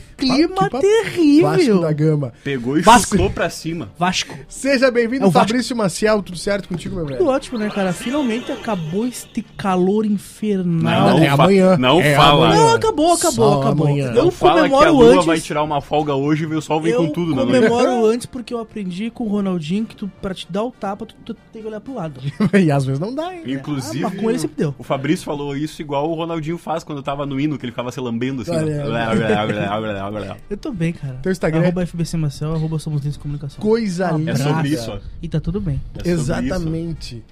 que clima papo Vasco terrível. da Gama. Pegou e Vasco. chutou pra cima. Vasco. Seja É bem-vindo, o Vasco. Fabrício Maciel. Tudo certo contigo, meu Tudo velho? ótimo, né, cara? Finalmente acabou este calor infernal. Não, é fa- amanhã. não É fala. amanhã. Não, acabou, acabou, Só acabou. amanhã. Eu Não fala que a comemoro lua antes. vai tirar uma folga hoje e o sol vem Eu com tudo, né? comemoro antes porque eu aprendi com o Ronaldinho que tu, pra te dar o tapa, tu, tu tem que olhar pro lado. E às vezes não dá, hein? Inclusive, Ah, mas com ele sempre deu. o Fabrício falou isso igual o Ronaldinho faz quando tava no hino, que ele ficava se lambendo assim. É Olha, ó. Eu tô bem, cara. Teu Instagram é- Arroba FBC Marcel, arroba Somos Lindos Comunicação. Coisa linda. É sobre isso, ó. E tá tudo bem. É sobre isso. Exatamente.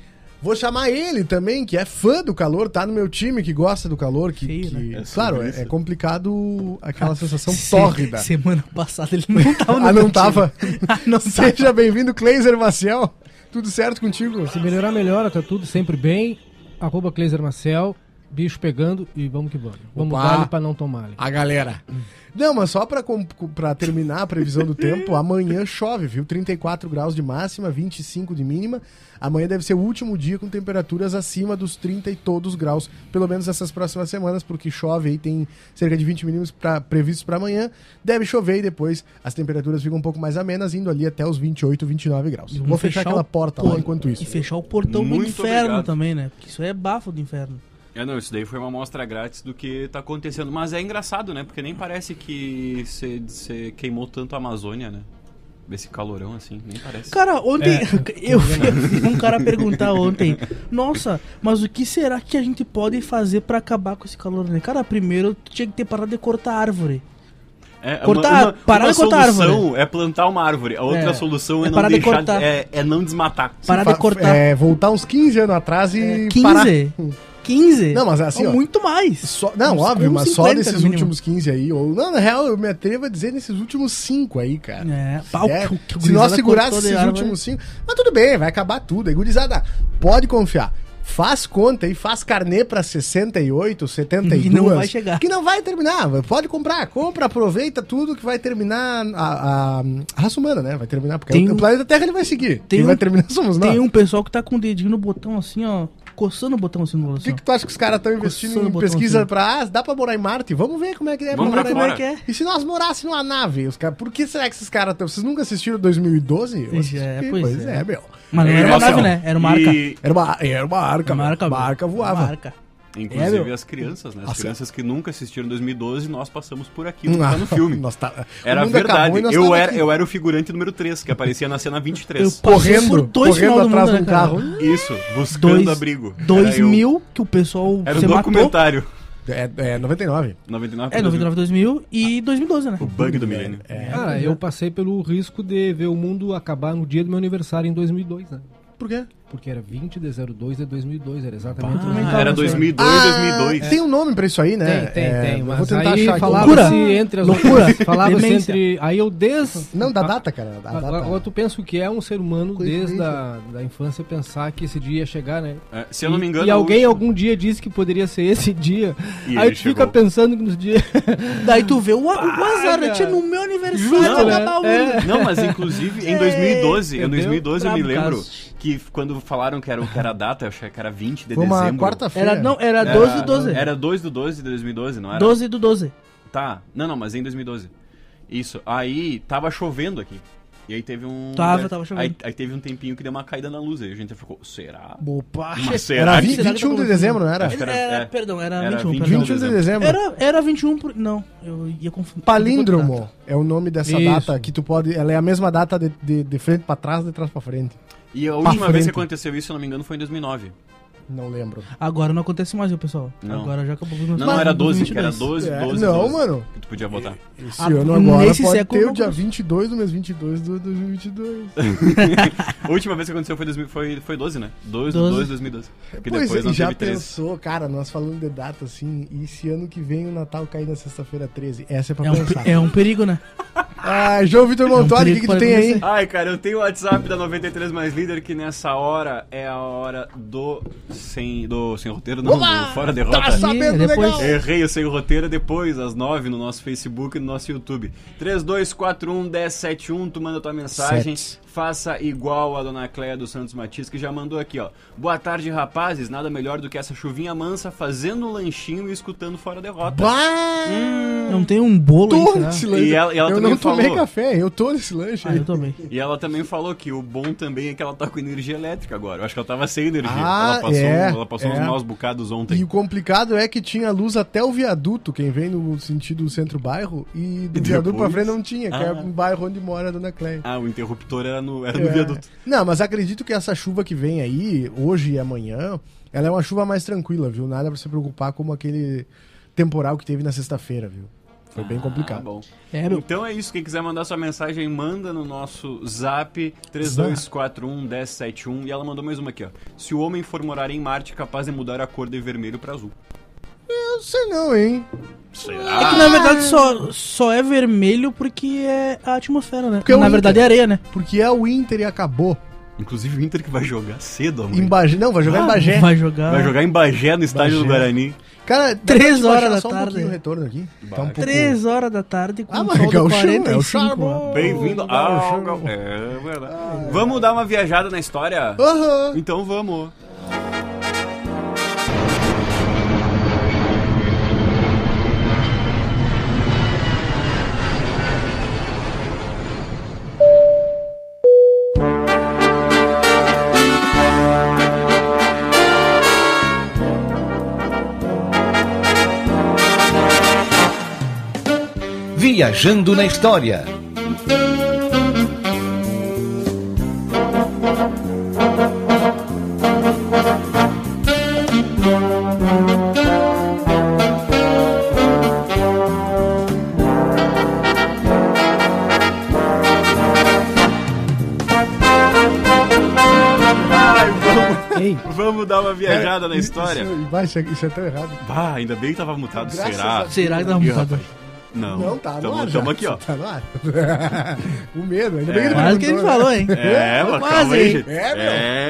Vou chamar ele também, que é fã do calor, tá no meu time, que gosta do calor. Que, Feio, que- né? É sobre claro, é, isso. é complicado aquela sensação Se- tórrida. Semana passada ele não tava no ah, meu não time. tava? Ah, não tava. Seja bem-vindo, Cleiser Maciel. Tudo certo contigo? Se melhorar, melhora, tá tudo sempre bem. Arroba Cleiser Marcel. bicho pegando e vamos que vamos. Vamos dar para não tomar. A galera. Não, mas só pra, pra terminar a previsão do tempo, amanhã chove, viu? 34 graus de máxima, 25 de mínima. Amanhã deve ser o último dia com temperaturas acima dos 30 e todos graus, pelo menos essas próximas semanas, porque chove e tem cerca de 20 milímetros pra, previstos para amanhã. Deve chover e depois as temperaturas ficam um pouco mais amenas, indo ali até os 28, 29 graus. Vou fechar, fechar aquela porta lá enquanto isso. E fechar o portão Muito do inferno obrigado. também, né? Porque isso aí é bafo do inferno. É, não, isso daí foi uma amostra grátis do que está acontecendo. Mas é engraçado, né? Porque nem parece que você queimou tanto a Amazônia, né? Esse calorão assim, nem parece. Cara, ontem. É. Eu, vi um cara perguntar ontem: Nossa, mas o que será que a gente pode fazer para acabar com esse calor, né? Cara, primeiro tinha que ter parado de cortar árvore. É, cortar, uma, uma, parar uma de cortar árvore. é plantar uma árvore. A outra é, solução é, é não deixar, de cortar. É, é não desmatar. Parar de cortar. É, voltar uns 15 anos atrás e 15? parar. 15? Não, mas assim, ó, Muito mais. Só, não, Uns óbvio, mas só nesses últimos 15 aí. Ou, não, na real, eu me atrevo a dizer nesses últimos 5 aí, cara. É, pau, é, que, que Se nós segurássemos esses últimos 5. Mas tudo bem, vai acabar tudo. Aí, gurizada, pode confiar. Faz conta e faz carnê pra 68, 72. Que não vai chegar. Que não vai terminar. Pode comprar, compra, aproveita tudo que vai terminar a, a, a raça humana, né? Vai terminar, porque tem o, um, planeta Terra ele vai seguir. Quem um, vai terminar somos nós. Tem um pessoal que tá com o dedinho no botão assim, ó coçando o botão assim no O que, que tu acha que os caras estão investindo coçando em pesquisa assim. pra. Ah, dá pra morar em Marte? Vamos ver como é que é Vamos morar como é que é. E se nós morássemos numa nave? Os cara, por que será que esses caras estão. Vocês nunca assistiram 2012? Eu assisti, é, pois, pois é. é. meu. Mas não era uma nave, né? Era uma arca. E... Era, uma, era uma arca. Uma arca, uma arca voava. Uma arca. Inclusive é, as crianças, né? As Nossa. crianças que nunca assistiram 2012, nós passamos por aqui no, no filme. nós tá... Era verdade. Eu era, aqui. eu era o figurante número 3, que aparecia na cena 23. Eu correndo, correndo atrás de um carro. Isso, buscando dois, abrigo. 2000, que o pessoal. Era um documentário. Matou. É, é 99. 99 é, 99, 2000 e 2012, né? O bug do milênio. É, Cara, eu passei pelo risco de ver o mundo acabar no dia do meu aniversário em 2002, né? Por quê? Porque era 20 de 02 de 2002, era exatamente ah, o Era 2002, ah, 2002. Tem um nome pra isso aí, né? Tem, tem, é, tem. Mas vou tentar aí assim, achar falava-se entre as loucura, falava-se entre... Aí eu desde... Não, da data, cara. Da a, data. Agora tu pensa o que é um ser humano Coisa desde isso. a da infância pensar que esse dia ia chegar, né? É, se eu não me engano... E, e alguém hoje... algum dia disse que poderia ser esse dia. E aí tu chegou. fica pensando que nos dias... Daí tu vê o, o azar, ah, no meu aniversário não, né? Não, mas inclusive É, em 2012, em 2012 eu me lembro que quando falaram que era, que era a data, eu achei que era 20 de Foi uma dezembro. quarta-feira. Era, não, era 12 do 12. Era 2 do 12 de 2012, não era? 12 do 12. Tá. Não, não, mas em 2012. Isso. Aí tava chovendo aqui. E aí teve um. Tava, tava chovendo. Aí, aí teve um tempinho que deu uma caída na luz. Aí a gente ficou, será? Opa! Mas será era 20, que... 21 de dezembro, não era? era, era é, perdão, era, era 21. 21, 21 de dezembro. Era, era 21. Por... Não, eu ia confundir. Palíndromo é o nome dessa Isso. data que tu pode. Ela é a mesma data de, de, de frente pra trás, de trás pra frente. E a última vez que aconteceu isso, se não me engano, foi em 2009. Não lembro. Agora não acontece mais, viu, pessoal? Não. Agora já acabou. Não, não era 12, 22. que era 12, 12. É, não, 12, mano. Que tu podia votar. Esse ah, ano agora nesse pode século ter o dia 22 do mês 22 do 2022. a última vez que aconteceu foi, 2000, foi, foi 12, né? 12 12 de 2012. Porque pois depois já pensou, cara, nós falando de data assim, e se ano que vem o Natal cair na sexta-feira 13? Essa é pra é pensar. Um, é um perigo, né? Ah, João Vitor Montori, o é um que, que tu tem aí? Ai, cara, eu tenho o WhatsApp da 93 Mais Líder, que nessa hora é a hora do sem, do, sem roteiro, não, Oba! do Fora Derrota. Tá sabendo depois... legal. Errei o sem roteiro depois, às nove no nosso Facebook e no nosso YouTube. 3241-1071, tu manda tua mensagem. Sete. Faça igual a dona Cléia dos Santos Matiz, que já mandou aqui, ó. Boa tarde, rapazes. Nada melhor do que essa chuvinha mansa fazendo um lanchinho e escutando Fora Derrota. Hum, não tem um bolo Tonte, aí, e ela, e ela Eu não tomei falou... café, eu tô nesse lanche. Ah, eu tomei. E ela também falou que o bom também é que ela tá com energia elétrica agora. Eu acho que ela tava sem energia. Ah, ela passou, um, é, ela passou é. uns maus bocados ontem. E o complicado é que tinha luz até o viaduto, quem vem no sentido centro-bairro, e do e viaduto pra frente não tinha, que ah. é um bairro onde mora a dona Cleia. Ah, o interruptor era no, era é. no viaduto. Não, mas acredito que essa chuva que vem aí, hoje e amanhã, ela é uma chuva mais tranquila, viu? Nada pra se preocupar como aquele temporal que teve na sexta-feira, viu? Foi bem complicado. Ah, é, então é isso. Quem quiser mandar sua mensagem, manda no nosso zap 3241-1071. E ela mandou mais uma aqui, ó. Se o homem for morar em Marte, capaz de mudar a cor de vermelho para azul. Eu não sei não, hein? Ah. Será? É que na verdade só, só é vermelho porque é a atmosfera, né? Porque na é verdade Inter. é areia, né? Porque é o Inter e acabou. Inclusive o Inter que vai jogar cedo amanhã. Em Bagé. Não, vai jogar em Bagé. Ah, Vai jogar. Vai jogar em Bagé, no estádio do Guarani. Cara, Três dá pra horas baixar da só um tarde. pouquinho o retorno aqui. Tá um pouco... Três horas da tarde com Ah, ah, mas sol é o do Chavo, é o 45. Chavo. né? Bem-vindo ao Galchão. É verdade. Ah. Vamos dar uma viajada na história? Aham. Então vamos. Viajando na História. Ei, Vamos dar uma viajada na história? É, Isso, baixa, isso é tão errado. Bah, ainda bem que tava mutado, Graças a será? Deus. Será que dá Ih, vontade? rapaz. Não, Não, tá no ar. Tamo, já. tamo aqui, ó. Tá no ar. o medo. Ainda bem que ele É. Quase que a gente perguntou, né? falou, hein? É, mas Quase, calma aí, hein? gente. então, É,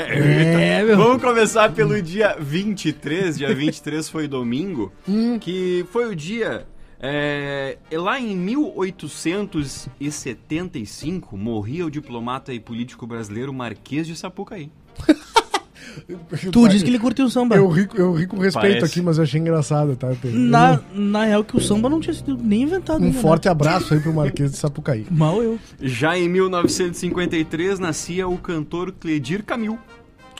meu. É, meu. Vamos começar pelo dia 23. Dia 23 foi domingo, Hum. que foi o dia. é, lá em 1875, morria o diplomata e político brasileiro Marquês de Sapucaí. né? Tu disse que ele curtiu o samba. Eu ri, eu ri com respeito Parece. aqui, mas eu achei engraçado, tá? Pedro? Na, na real que o samba não tinha sido nem inventado. Um ainda, né? forte abraço aí pro Marquês de Sapucaí. Mal eu. Já em 1953 nascia o cantor Cledir Camil.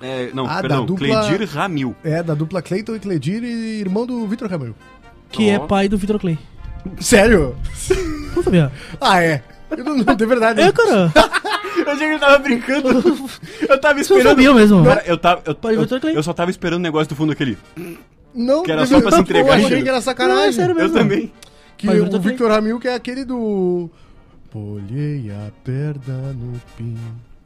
É, não, Ah, da perdão, dupla- Cledir Ramil. É, da dupla Cleiton e Cledir e irmão do Vitor Camilo. Que Ó. é pai do Vitor Clay. Sério? Não sabia. Ah, é. Eu não, não, de verdade. É, Tá cara. Eu achei que ele tava brincando. Eu tava Você não esperando. sabia mesmo. né? Cara, eu, tava, eu, Pode botar eu, aqui. eu só tava esperando o negócio do fundo aquele. Não, Que era de só pra se verdade, entregar, né? Eu achei entendeu? que era Não, sacanagem. é sério Eu mesmo. também. Que Mas eu o tô bem. Victor Ramil, que é aquele do. Polhei a perna no pin.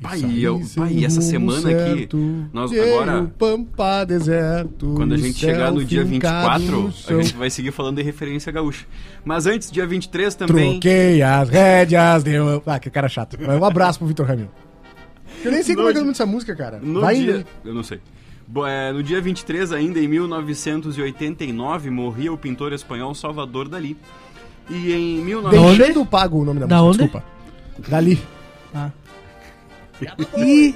Pai, saí eu- sem pai, essa rumo semana aqui, certo, nós dei agora- o Pampa deserto. Quando a e o gente céu chegar no dia fincado 24, no a chão. gente vai seguir falando de referência gaúcha. Mas antes, dia 23 também. Troquei as rédeas. Deu... Ah, que cara chato. Mas Um abraço pro Victor Ramil. Eu nem sei como é que é o nome dessa música, cara. No vai dia, indo. Eu não sei. Bo- é, no dia 23, ainda em 1989, morria o pintor espanhol Salvador Dalí. E em 19... onde? Deixando pago o nome da, Da música, onde? desculpa. Dali. Ah. E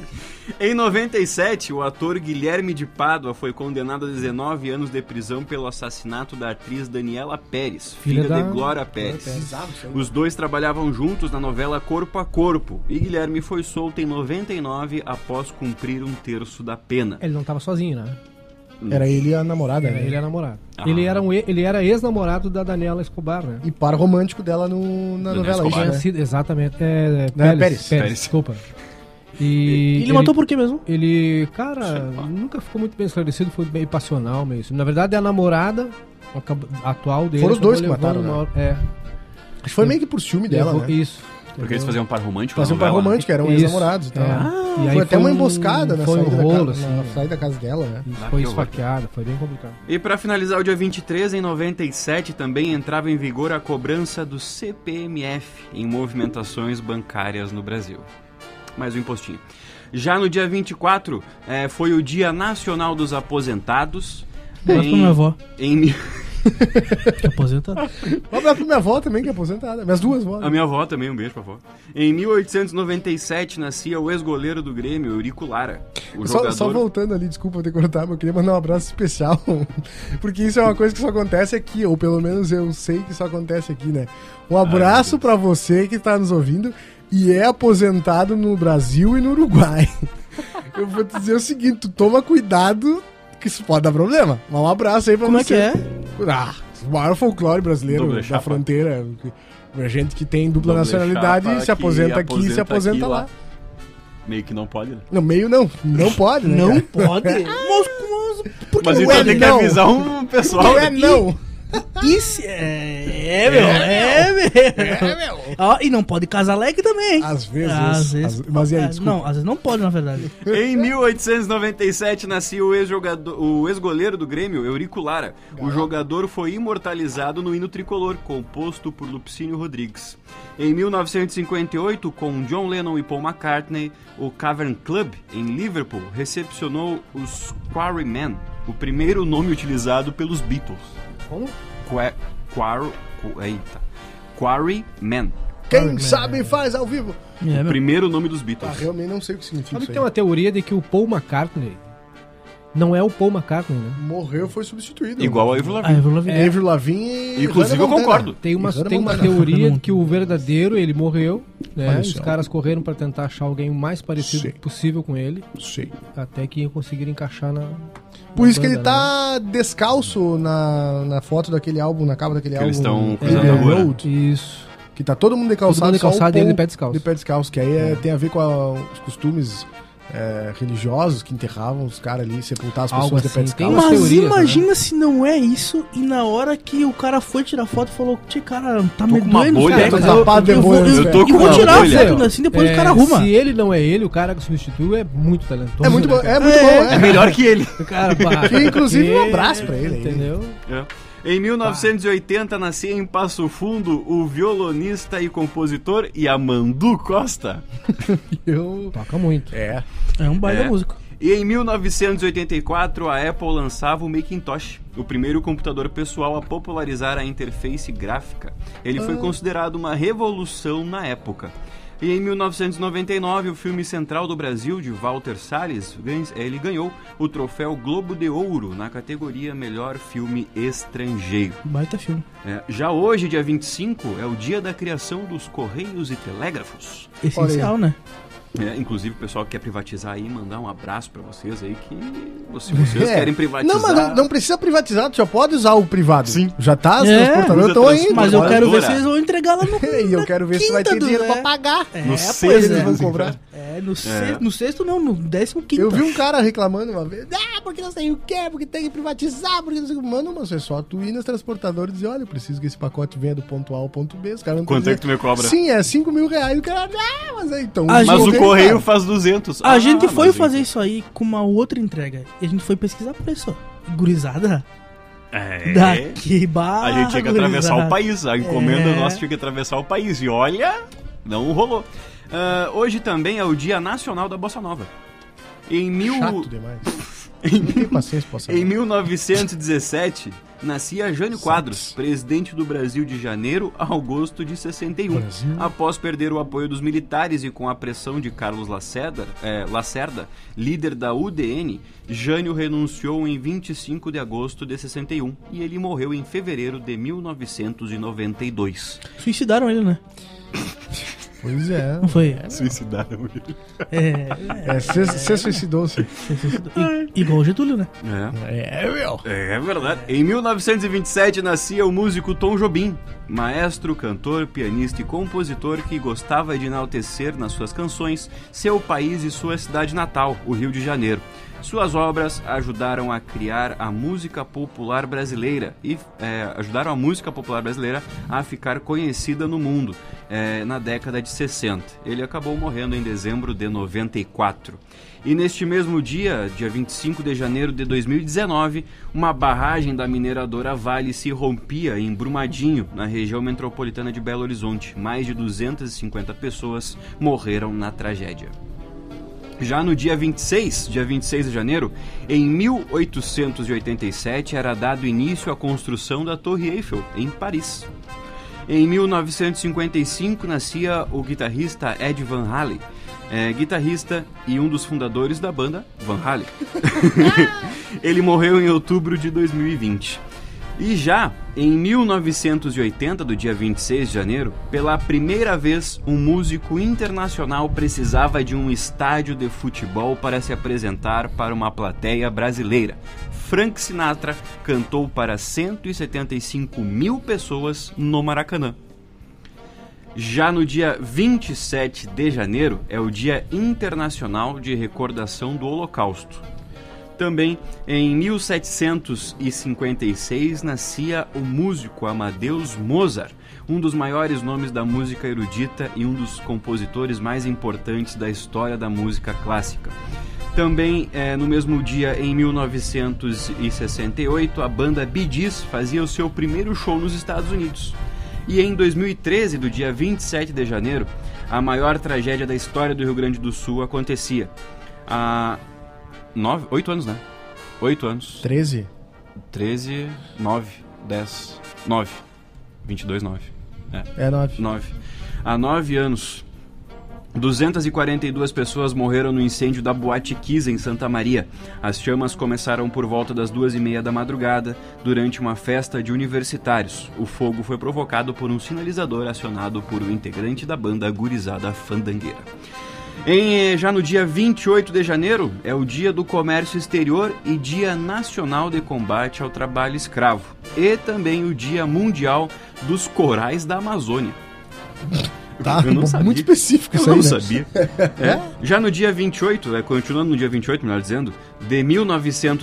em 97, o ator Guilherme de Pádua foi condenado a 19 anos de prisão pelo assassinato da atriz Daniela Pérez, filha, Filha da- de Glória Pérez. Exato, Os dois trabalhavam juntos na novela Corpo a Corpo e Guilherme foi solto em 99 após cumprir um terço da pena. ele não tava sozinho, né? Era ele e a namorada, Era né? ele era namorado. Ah. Ele era, um, e- ele era ex-namorado da Daniela Escobar, né? E par romântico dela no, na Do novela. Nescobar. isso, Tinha né? sido- exatamente. É, é, Não, é Pérez. Pérez, Pérez. desculpa. E ele matou por quê mesmo? Ele, cara, nunca ficou muito bem esclarecido, foi meio passional mesmo. Na verdade, a namorada acab- atual dele. Foram os acabou dois que levando mataram, uma- É. Acho que foi meio que por ciúme dela, levou- né? Isso. Porque eles faziam um par romântico Fazer um na par novela, né? romântico, eram Isso. ex-namorados. e tal. É. E aí foi até foi uma um- emboscada na, foi um saída rolo, da casa, assim. na saída da casa dela, né? Isso Ah, foi que horror. esfaqueado, foi bem complicado. E pra finalizar o dia 23, em 97 também entrava em vigor a cobrança do CPMF em movimentações bancárias no Brasil. Mais um impostinho. Já no dia 24 eh, foi o Dia Nacional dos Aposentados. Abraço pra minha avó. em mi- Que é aposenta. Um abraço pra minha avó também, que é aposentada. Minhas duas avós. A minha avó também, um beijo pra avó. Em 1897 nascia o ex-goleiro do Grêmio, Eurico Lara. O Só, jogador... só voltando ali, desculpa ter cortado, mas eu queria mandar um abraço especial. Porque isso é uma coisa que só acontece aqui, ou pelo menos eu sei que isso acontece aqui, né? Um abraço pra você que tá nos ouvindo e é aposentado no Brasil e no Uruguai. Eu vou te dizer o seguinte: tu toma cuidado, que isso pode dar problema. Mas um abraço aí pra Como é você. que é? Ah, o maior folclore brasileiro Dupla da chapa. fronteira. A gente que tem dupla Dupla nacionalidade chapa se aposenta aqui e se aposenta aqui, lá. Meio que não pode, né? No meio não, não pode, né? Não cara? pode. Mas, mas, por que Mas não então é tem que não? avisar um pessoal. Não é não. Isso é, é, meu, é, meu. É, meu. Ó, e não pode casar leque também. hein? Às vezes. Às vezes. Às- mas e aí, Ah, desculpa. não, às vezes não pode, na verdade. Em 1897 nascia o ex-jogador- o ex-goleiro do Grêmio, Eurico Lara. O jogador foi imortalizado no hino tricolor, composto por Lupicínio Rodrigues. Em 1958, com John Lennon e Paul McCartney, o Cavern Club, em Liverpool, recepcionou os Quarrymen, o primeiro nome utilizado pelos Beatles. Como? Qua- Quarry... Eita. Quarrymen, Quem sabe faz ao vivo. É, meu. primeiro nome dos Ah, Beatles. realmente não sei o que significa Sabe isso que aí. tem uma teoria de que o Paul McCartney não é o Paul McCartney, né? Morreu, foi substituído. Igual a Avril Ah, Lavigne. eu vou lá ver. É. Avril Lavigne e Inclusive, Hannah eu Montana. concordo. Tem uma, Hannah tem uma Montana. teoria de que o verdadeiro, ele morreu, né? Os Faleceu. caras correram pra tentar achar alguém o mais parecido Sim. possível com ele, Sei. até que conseguiram encaixar na. Por na isso que ele banda, né? tá descalço na, na foto daquele álbum, na capa daquele Que álbum. eles estão cruzando é, a rua, né? Road, Isso. Que tá todo mundo decalçado, Todo mundo só o decalçado e ele Paul de pé descalço. De pé descalço, que aí é- tem a ver com a- os costumes é, religiosos que enterravam os caras ali, sepultavam as Algo pessoas de pé assim, tem descalço. umas Mas teorias, imagina se não é isso e na hora que o cara foi tirar foto falou: Tchê, cara, tá me com uma bolha, cara, tô eu- tapado eu, de vou- bolha, eu, velho. eu Eu tô com vou uma tirar bolha. a foto, né, assim depois É, o cara arruma. Se ele não é ele, o cara que substitui é muito talentoso. É muito né, bom, cara? é muito bom, é. Melhor que ele. Cara, pá, Que, inclusive, um porque- abraço pra ele aí. Entendeu? É. Em 1980 nascia em Passo Fundo o violonista e compositor Yamandu Costa. Eu... Toca muito. É. É um baile É. da música. E em 1984 a Apple lançava o Macintosh, o primeiro computador pessoal a popularizar a interface gráfica. Ele foi considerado uma revolução na época. E em 1999 o filme Central do Brasil de Walter Salles gan- ele ganhou o troféu Globo de Ouro na categoria Melhor Filme Estrangeiro. Baita filme. É, já hoje, dia 25, é o dia da criação dos Correios e Telégrafos. Essencial, né? É, inclusive, o pessoal que quer privatizar aí, mandar um abraço pra vocês aí, que se vocês É. querem privatizar... Não, mas não, não precisa privatizar, tu já pode usar o privado. Sim. Já tá, as É. transportadoras Usa estão aí. Mas eu Agora, quero ver Dora. se eles vão entregar lá no. E eu na quero ver se tu vai quinta ter do- dinheiro pra é. pagar. É, No pois sexto, Eles é. vão cobrar. É, no sexto, no sexto não, no décimo quinto. Eu vi um cara reclamando uma vez, ah, porque não sei o que, porque tem que privatizar, porque não sei o que. Mano, mas é só tu ir nas transportadoras e dizer, olha, eu preciso que esse pacote venha do ponto A ao ponto B. Os caras não Quanto podem é que tu me cobra? Sim, é 5 mil reais. O cara, ah, mas é então. Mas Mas gente- o cara- Correio faz 200. A Ah, gente mas foi então- fazer isso aí com uma outra entrega. E a gente foi pesquisar preço. Gurizada? É. Daqui barra. A gente tinha que atravessar gurizada. o país. A encomenda É. nossa tinha que atravessar o país. E olha, não rolou. Ah, hoje também é o Dia Nacional da Bossa Nova. Em mil... Chato demais. Não tenho paciência pra Em saber. 1917, nascia Jânio Quadros, presidente do Brasil de janeiro a agosto de 61. Brasil. Após perder o apoio dos militares e com a pressão de Carlos Lacerda, eh, Lacerda, líder da UDN, Jânio renunciou em 25 de agosto de 61 e ele morreu em fevereiro de 1992. Suicidaram ele, né? Pois é. Não foi? Suicidaram ele. É. É, você suicidou-se. I- igual o Getúlio, né? É. É, meu. É verdade. Em 1927 nascia o músico Tom Jobim, maestro, cantor, pianista e compositor que gostava de enaltecer nas suas canções seu país e sua cidade natal, o Rio de Janeiro. Suas obras ajudaram a criar a música popular brasileira e é, ajudaram a música popular brasileira a ficar conhecida no mundo é, na década de 60. Ele acabou morrendo em dezembro de 94. E neste mesmo dia, dia 25 de janeiro de 2019, uma barragem da mineradora Vale se rompia em Brumadinho, na região metropolitana de Belo Horizonte. Mais de 250 pessoas morreram na tragédia. Já no dia 26, dia 26 de janeiro, em 1887 era dado início à construção da Torre Eiffel em Paris. Em 1955 nascia o guitarrista Ed Van Halen, é, guitarrista e um dos fundadores da banda Van Halen. Ele morreu em outubro de 2020. E já em 1980, do dia 26 de janeiro, pela primeira vez um músico internacional precisava de um estádio de futebol para se apresentar para uma plateia brasileira. Frank Sinatra cantou para 175 mil pessoas no Maracanã. Já no dia 27 de janeiro é o Dia Internacional de Recordação do Holocausto. Também em 1756 nascia o músico Amadeus Mozart, um dos maiores nomes da música erudita e um dos compositores mais importantes da história da música clássica. Também eh, no mesmo dia, em 1968, a banda Bee Gees fazia o seu primeiro show nos Estados Unidos. E em 2013, do dia 27 de janeiro, a maior tragédia da história do Rio Grande do Sul acontecia. Há nove, oito anos, né? Oito anos. 13? 13, 9, 10, 9. 22, 9. É, é 9. 9. Há nove anos, 242 pessoas morreram no incêndio da Boate Kiss em Santa Maria. As chamas começaram por volta das duas e meia da madrugada, durante uma festa de universitários. O fogo foi provocado por um sinalizador acionado por um integrante da banda gurizada fandangueira. Em, eh, já no dia 28 de janeiro é o Dia do Comércio Exterior e Dia Nacional de Combate ao Trabalho Escravo. E também o Dia Mundial dos Corais da Amazônia. Tá, eu não sabia. muito específico eu isso aí, não né? sabia. É, já no dia 28, é, continuando no dia 28, melhor dizendo, de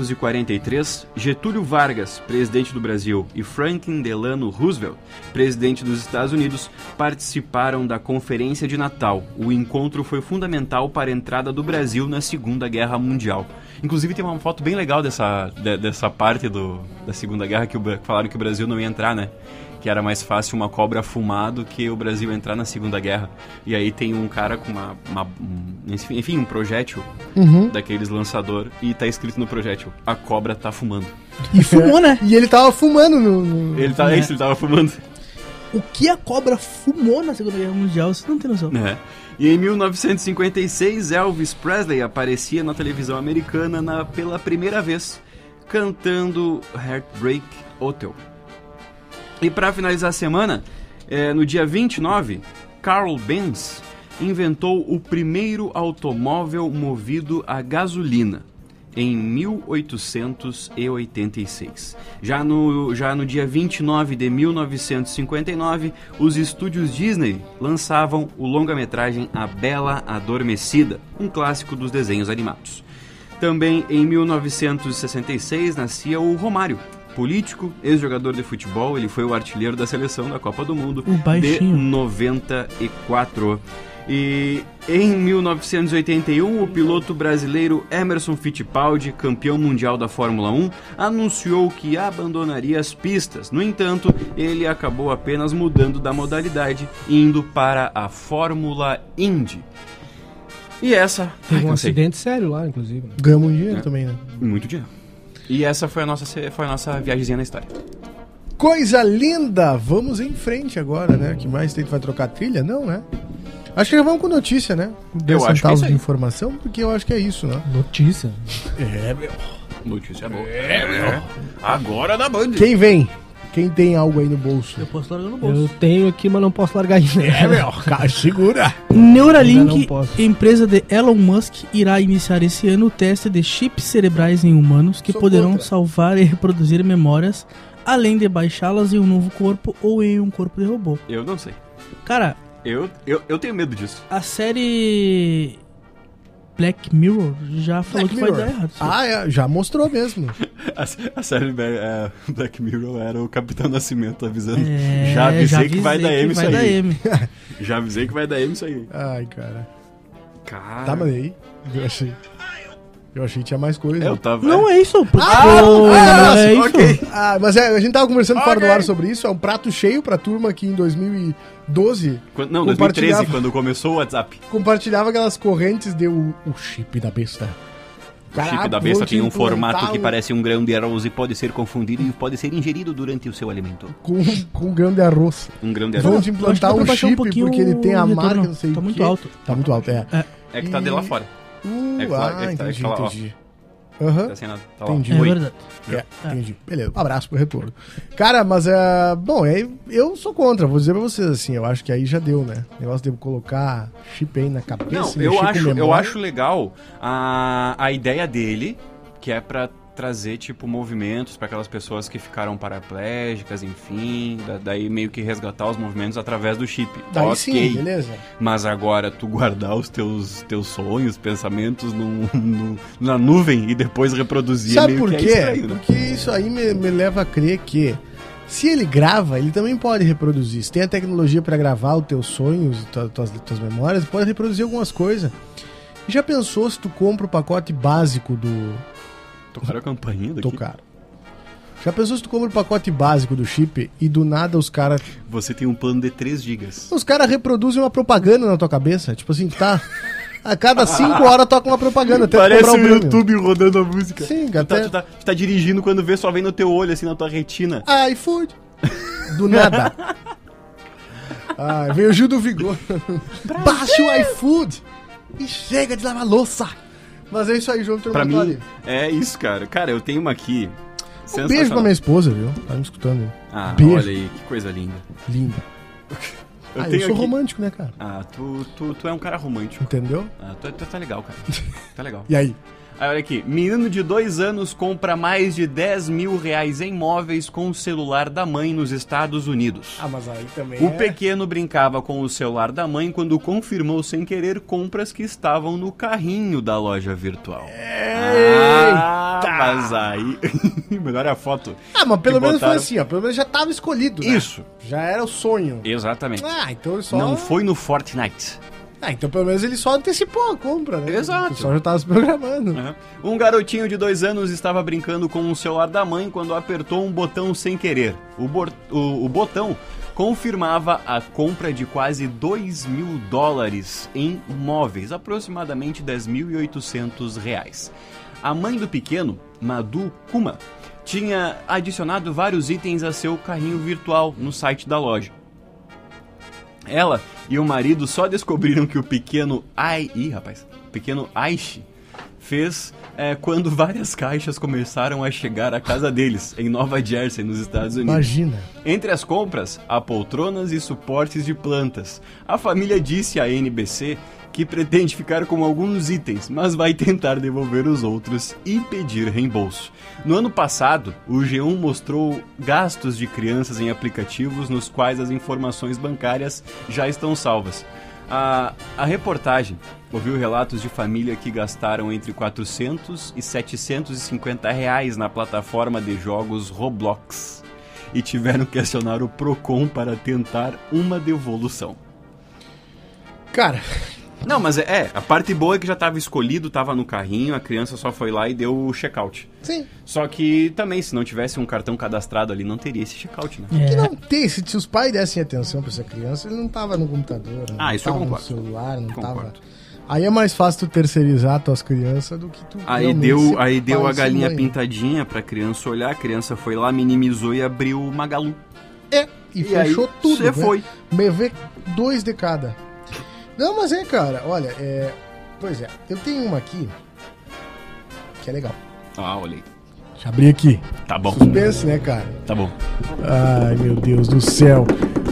1943, Getúlio Vargas, presidente do Brasil, e Franklin Delano Roosevelt, presidente dos Estados Unidos, participaram da Conferência de Natal. O encontro foi fundamental para a entrada do Brasil na Segunda Guerra Mundial. Inclusive tem uma foto bem legal dessa, de, dessa parte do, da Segunda Guerra que o, falaram que o Brasil não ia entrar, né? que era mais fácil uma cobra fumar do que o Brasil entrar na Segunda Guerra. E aí tem um cara com uma. uma enfim, um projétil uhum. daqueles lançador e tá escrito no projétil: a cobra tá fumando. E fumou, né? e ele tava fumando no. no... Ele tá, é. isso, ele tava fumando. O que a cobra fumou na Segunda Guerra Mundial, você não tem noção. É. E em 1956, Elvis Presley aparecia na televisão americana na, pela primeira vez, cantando Heartbreak Hotel. E para finalizar a semana, eh, no dia 29, Carl Benz inventou o primeiro automóvel movido a gasolina em 1886. Já no, já no dia 29 de 1959, os estúdios Disney lançavam o longa-metragem A Bela Adormecida, um clássico dos desenhos animados. Também em 1966 nascia o Romário, político, ex-jogador de futebol, ele foi o artilheiro da seleção da Copa do Mundo de 94. E em 1981, o piloto brasileiro Emerson Fittipaldi, campeão mundial da Fórmula 1, anunciou que abandonaria as pistas. No entanto, ele acabou apenas mudando da modalidade, indo para a Fórmula Indy. E essa. Teve um acidente sério lá, inclusive. Ganhamos um dinheiro é. também, né? Muito dinheiro. E essa foi a nossa, foi a nossa viagemzinha na história. Coisa linda! Vamos em frente agora, né? que mais tem? Vai trocar trilha? Não, né? Acho que já vamos com notícia, né? Deu eu acho que é isso de informação, porque eu acho que é isso, né? Notícia. É, meu. Notícia boa. É, meu. Agora na Band. Quem vem? Quem tem algo aí no bolso? Eu posso largar no bolso. Eu tenho aqui, mas não posso largar ainda. É, meu. Cara, segura. Neuralink, empresa de Elon Musk, irá iniciar esse ano o teste de chips cerebrais em humanos que Sou poderão contra. salvar e reproduzir memórias, além de baixá-las em um novo corpo ou em um corpo de robô. Eu não sei. Cara... Eu, eu, eu tenho medo disso. A série... Black Mirror já falou Black que Mirror. vai dar errado. Ah, é, já mostrou mesmo. a, a, série é, Black Mirror era o Capitão Nascimento avisando. É, já, avisei já, avisei que vai dar M isso aí. M. já avisei que vai dar M isso aí. Ai, cara. Cara. Tá, mas aí. Eu achei. Eu achei que tinha mais coisa. Eu tava... Não é isso. Porque... Ah, oh, ah, é okay. isso. Ah, mas é, a gente tava conversando okay. fora do ar sobre isso. É um prato cheio pra turma que em 2012... Quando, não, 2013, quando começou o WhatsApp. Compartilhava aquelas correntes de o, o chip da besta. O Caraca, chip da besta tem um formato que parece um grão de arroz e pode ser confundido e pode ser ingerido durante o seu alimento. Com, com um grão de arroz. Um grão de arroz. Vão te implantar um chip um porque ele tem a marca, não sei Tá muito alto. Tá muito alto, é. É, é que tá de lá fora. Uh, é claro, ah, é entendi, tá, entendi. Ó, uhum. Tá sem nada, tá entendi. Lá. É verdade. É, Ah. é. entendi. Beleza, um abraço pro retorno. Cara, mas, uh, bom, é, eu sou contra, vou dizer pra vocês assim, eu acho que aí já deu, né? O negócio de colocar chip aí na cabeça. Não, eu acho, eu acho legal a, a ideia dele, que é pra trazer, tipo, movimentos para aquelas pessoas que ficaram paraplégicas, enfim. Da, daí meio que resgatar os movimentos através do chip. Daí okay. sim, beleza. Mas agora tu guardar os teus, teus sonhos, pensamentos no, no na nuvem e depois reproduzir. Sabe por quê? É estranho, né? Porque isso aí me, me leva a crer que. Se ele grava, ele também pode reproduzir. Se tem a tecnologia para gravar os teus sonhos, tuas, tuas, tuas memórias, pode reproduzir algumas coisas. Já pensou se tu compra o pacote básico do. Tocaram a campainha daqui? Tocaram. Já pensou se tu compra o pacote básico do chip e do nada os caras. Você tem um plano de 3 gigas. Os caras reproduzem uma propaganda na tua cabeça. Tipo assim, tá. A cada 5 horas toca uma propaganda. Até Parece o um YouTube rodando a música. Sim, até... Tá, tu, tá, tu tá dirigindo quando vê, só vem no teu olho, assim, na tua retina. iFood. Do nada. ah, veio o Gil do Vigor. Baixa o iFood e chega de lavar louça. Mas é isso aí, João. Pra mim, ali. é isso, cara. Cara, eu tenho uma aqui. Um beijo pra minha esposa, viu? Tá me escutando. Viu? Ah, beijo. olha aí, que coisa linda. Linda. Eu, ah, eu sou aqui... romântico, né, cara? Ah, tu, tu, tu é um cara romântico. Entendeu? Ah, tu, tu tá legal, cara. tá legal. e aí? Aí, olha aqui. Menino de dois anos compra mais de 10 mil reais em móveis com o celular da mãe nos Estados Unidos. Ah, mas aí também. O é... pequeno brincava com o celular da mãe quando confirmou sem querer compras que estavam no carrinho da loja virtual. É. Eita! Ah, mas aí. Melhor é a foto. Ah, mas pelo botaram... menos foi assim, ó. Pelo menos já tava escolhido. Né? Isso. Já era o sonho. Exatamente. Ah, então só. Não foi no Fortnite. Ah, então pelo menos ele só antecipou a compra, né? Exato. Só já estava se programando. Uhum. Um garotinho de dois anos estava brincando com o celular da mãe quando apertou um botão sem querer. O, o, o botão confirmava a compra de quase 2 mil dólares em móveis, aproximadamente 10.800 reais. A mãe do pequeno, Madu Kuma, tinha adicionado vários itens a seu carrinho virtual no site da loja. Ela e o marido só descobriram que o pequeno Ai. Ih, rapaz. Pequeno Aishi fez é, quando várias caixas começaram a chegar à casa deles, em Nova Jersey, nos Estados Unidos. Imagina! Entre as compras, há poltronas e suportes de plantas. A família disse à NBC que pretende ficar com alguns itens, mas vai tentar devolver os outros e pedir reembolso. No ano passado, o G1 mostrou gastos de crianças em aplicativos nos quais as informações bancárias já estão salvas. A, a reportagem ouviu relatos de família que gastaram entre 400 e 750 reais na plataforma de jogos Roblox e tiveram que acionar o Procon para tentar uma devolução. Cara, não, mas é, é, a parte boa é que já estava escolhido, estava no carrinho, a criança só foi lá e deu o check-out. Sim. Só que também, se não tivesse um cartão cadastrado ali, não teria esse check-out, né? É. Que não tem, se, se, os pais dessem atenção para essa criança, ele não tava no computador, não ah, isso tava eu concordo. no celular, não concordo. tava... Aí é mais fácil tu terceirizar tuas crianças do que tu. Aí deu, aí deu a galinha mãe. pintadinha pra criança olhar, a criança foi lá, minimizou e abriu o Magalu. É, e, e fechou tudo. Você foi. Me vê dois de cada. Não, mas é, cara, olha, é... Pois é, eu tenho uma aqui que é legal. Ah, olhei. Deixa eu abrir aqui. Tá bom. Suspense, né, cara? Tá bom. Ai, meu Deus do céu.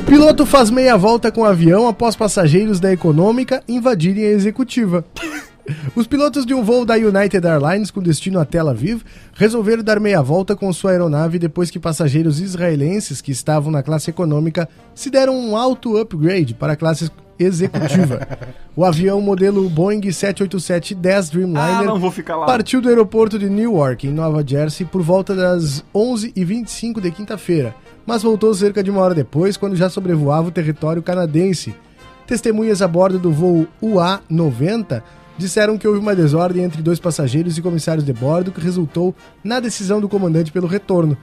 Piloto faz meia volta com avião após passageiros da econômica invadirem a executiva. Os pilotos de um voo da United Airlines com destino a Tel Aviv resolveram dar meia volta com sua aeronave depois que passageiros israelenses que estavam na classe econômica se deram um alto upgrade para a classe executiva. o avião modelo Boeing 787-10 Dreamliner ah, partiu do aeroporto de Newark, em Nova Jersey, por volta das 11h25 de quinta-feira, mas voltou cerca de uma hora depois, quando já sobrevoava o território canadense. Testemunhas a bordo do voo UA-90 disseram que houve uma desordem entre dois passageiros e comissários de bordo que resultou na decisão do comandante pelo retorno.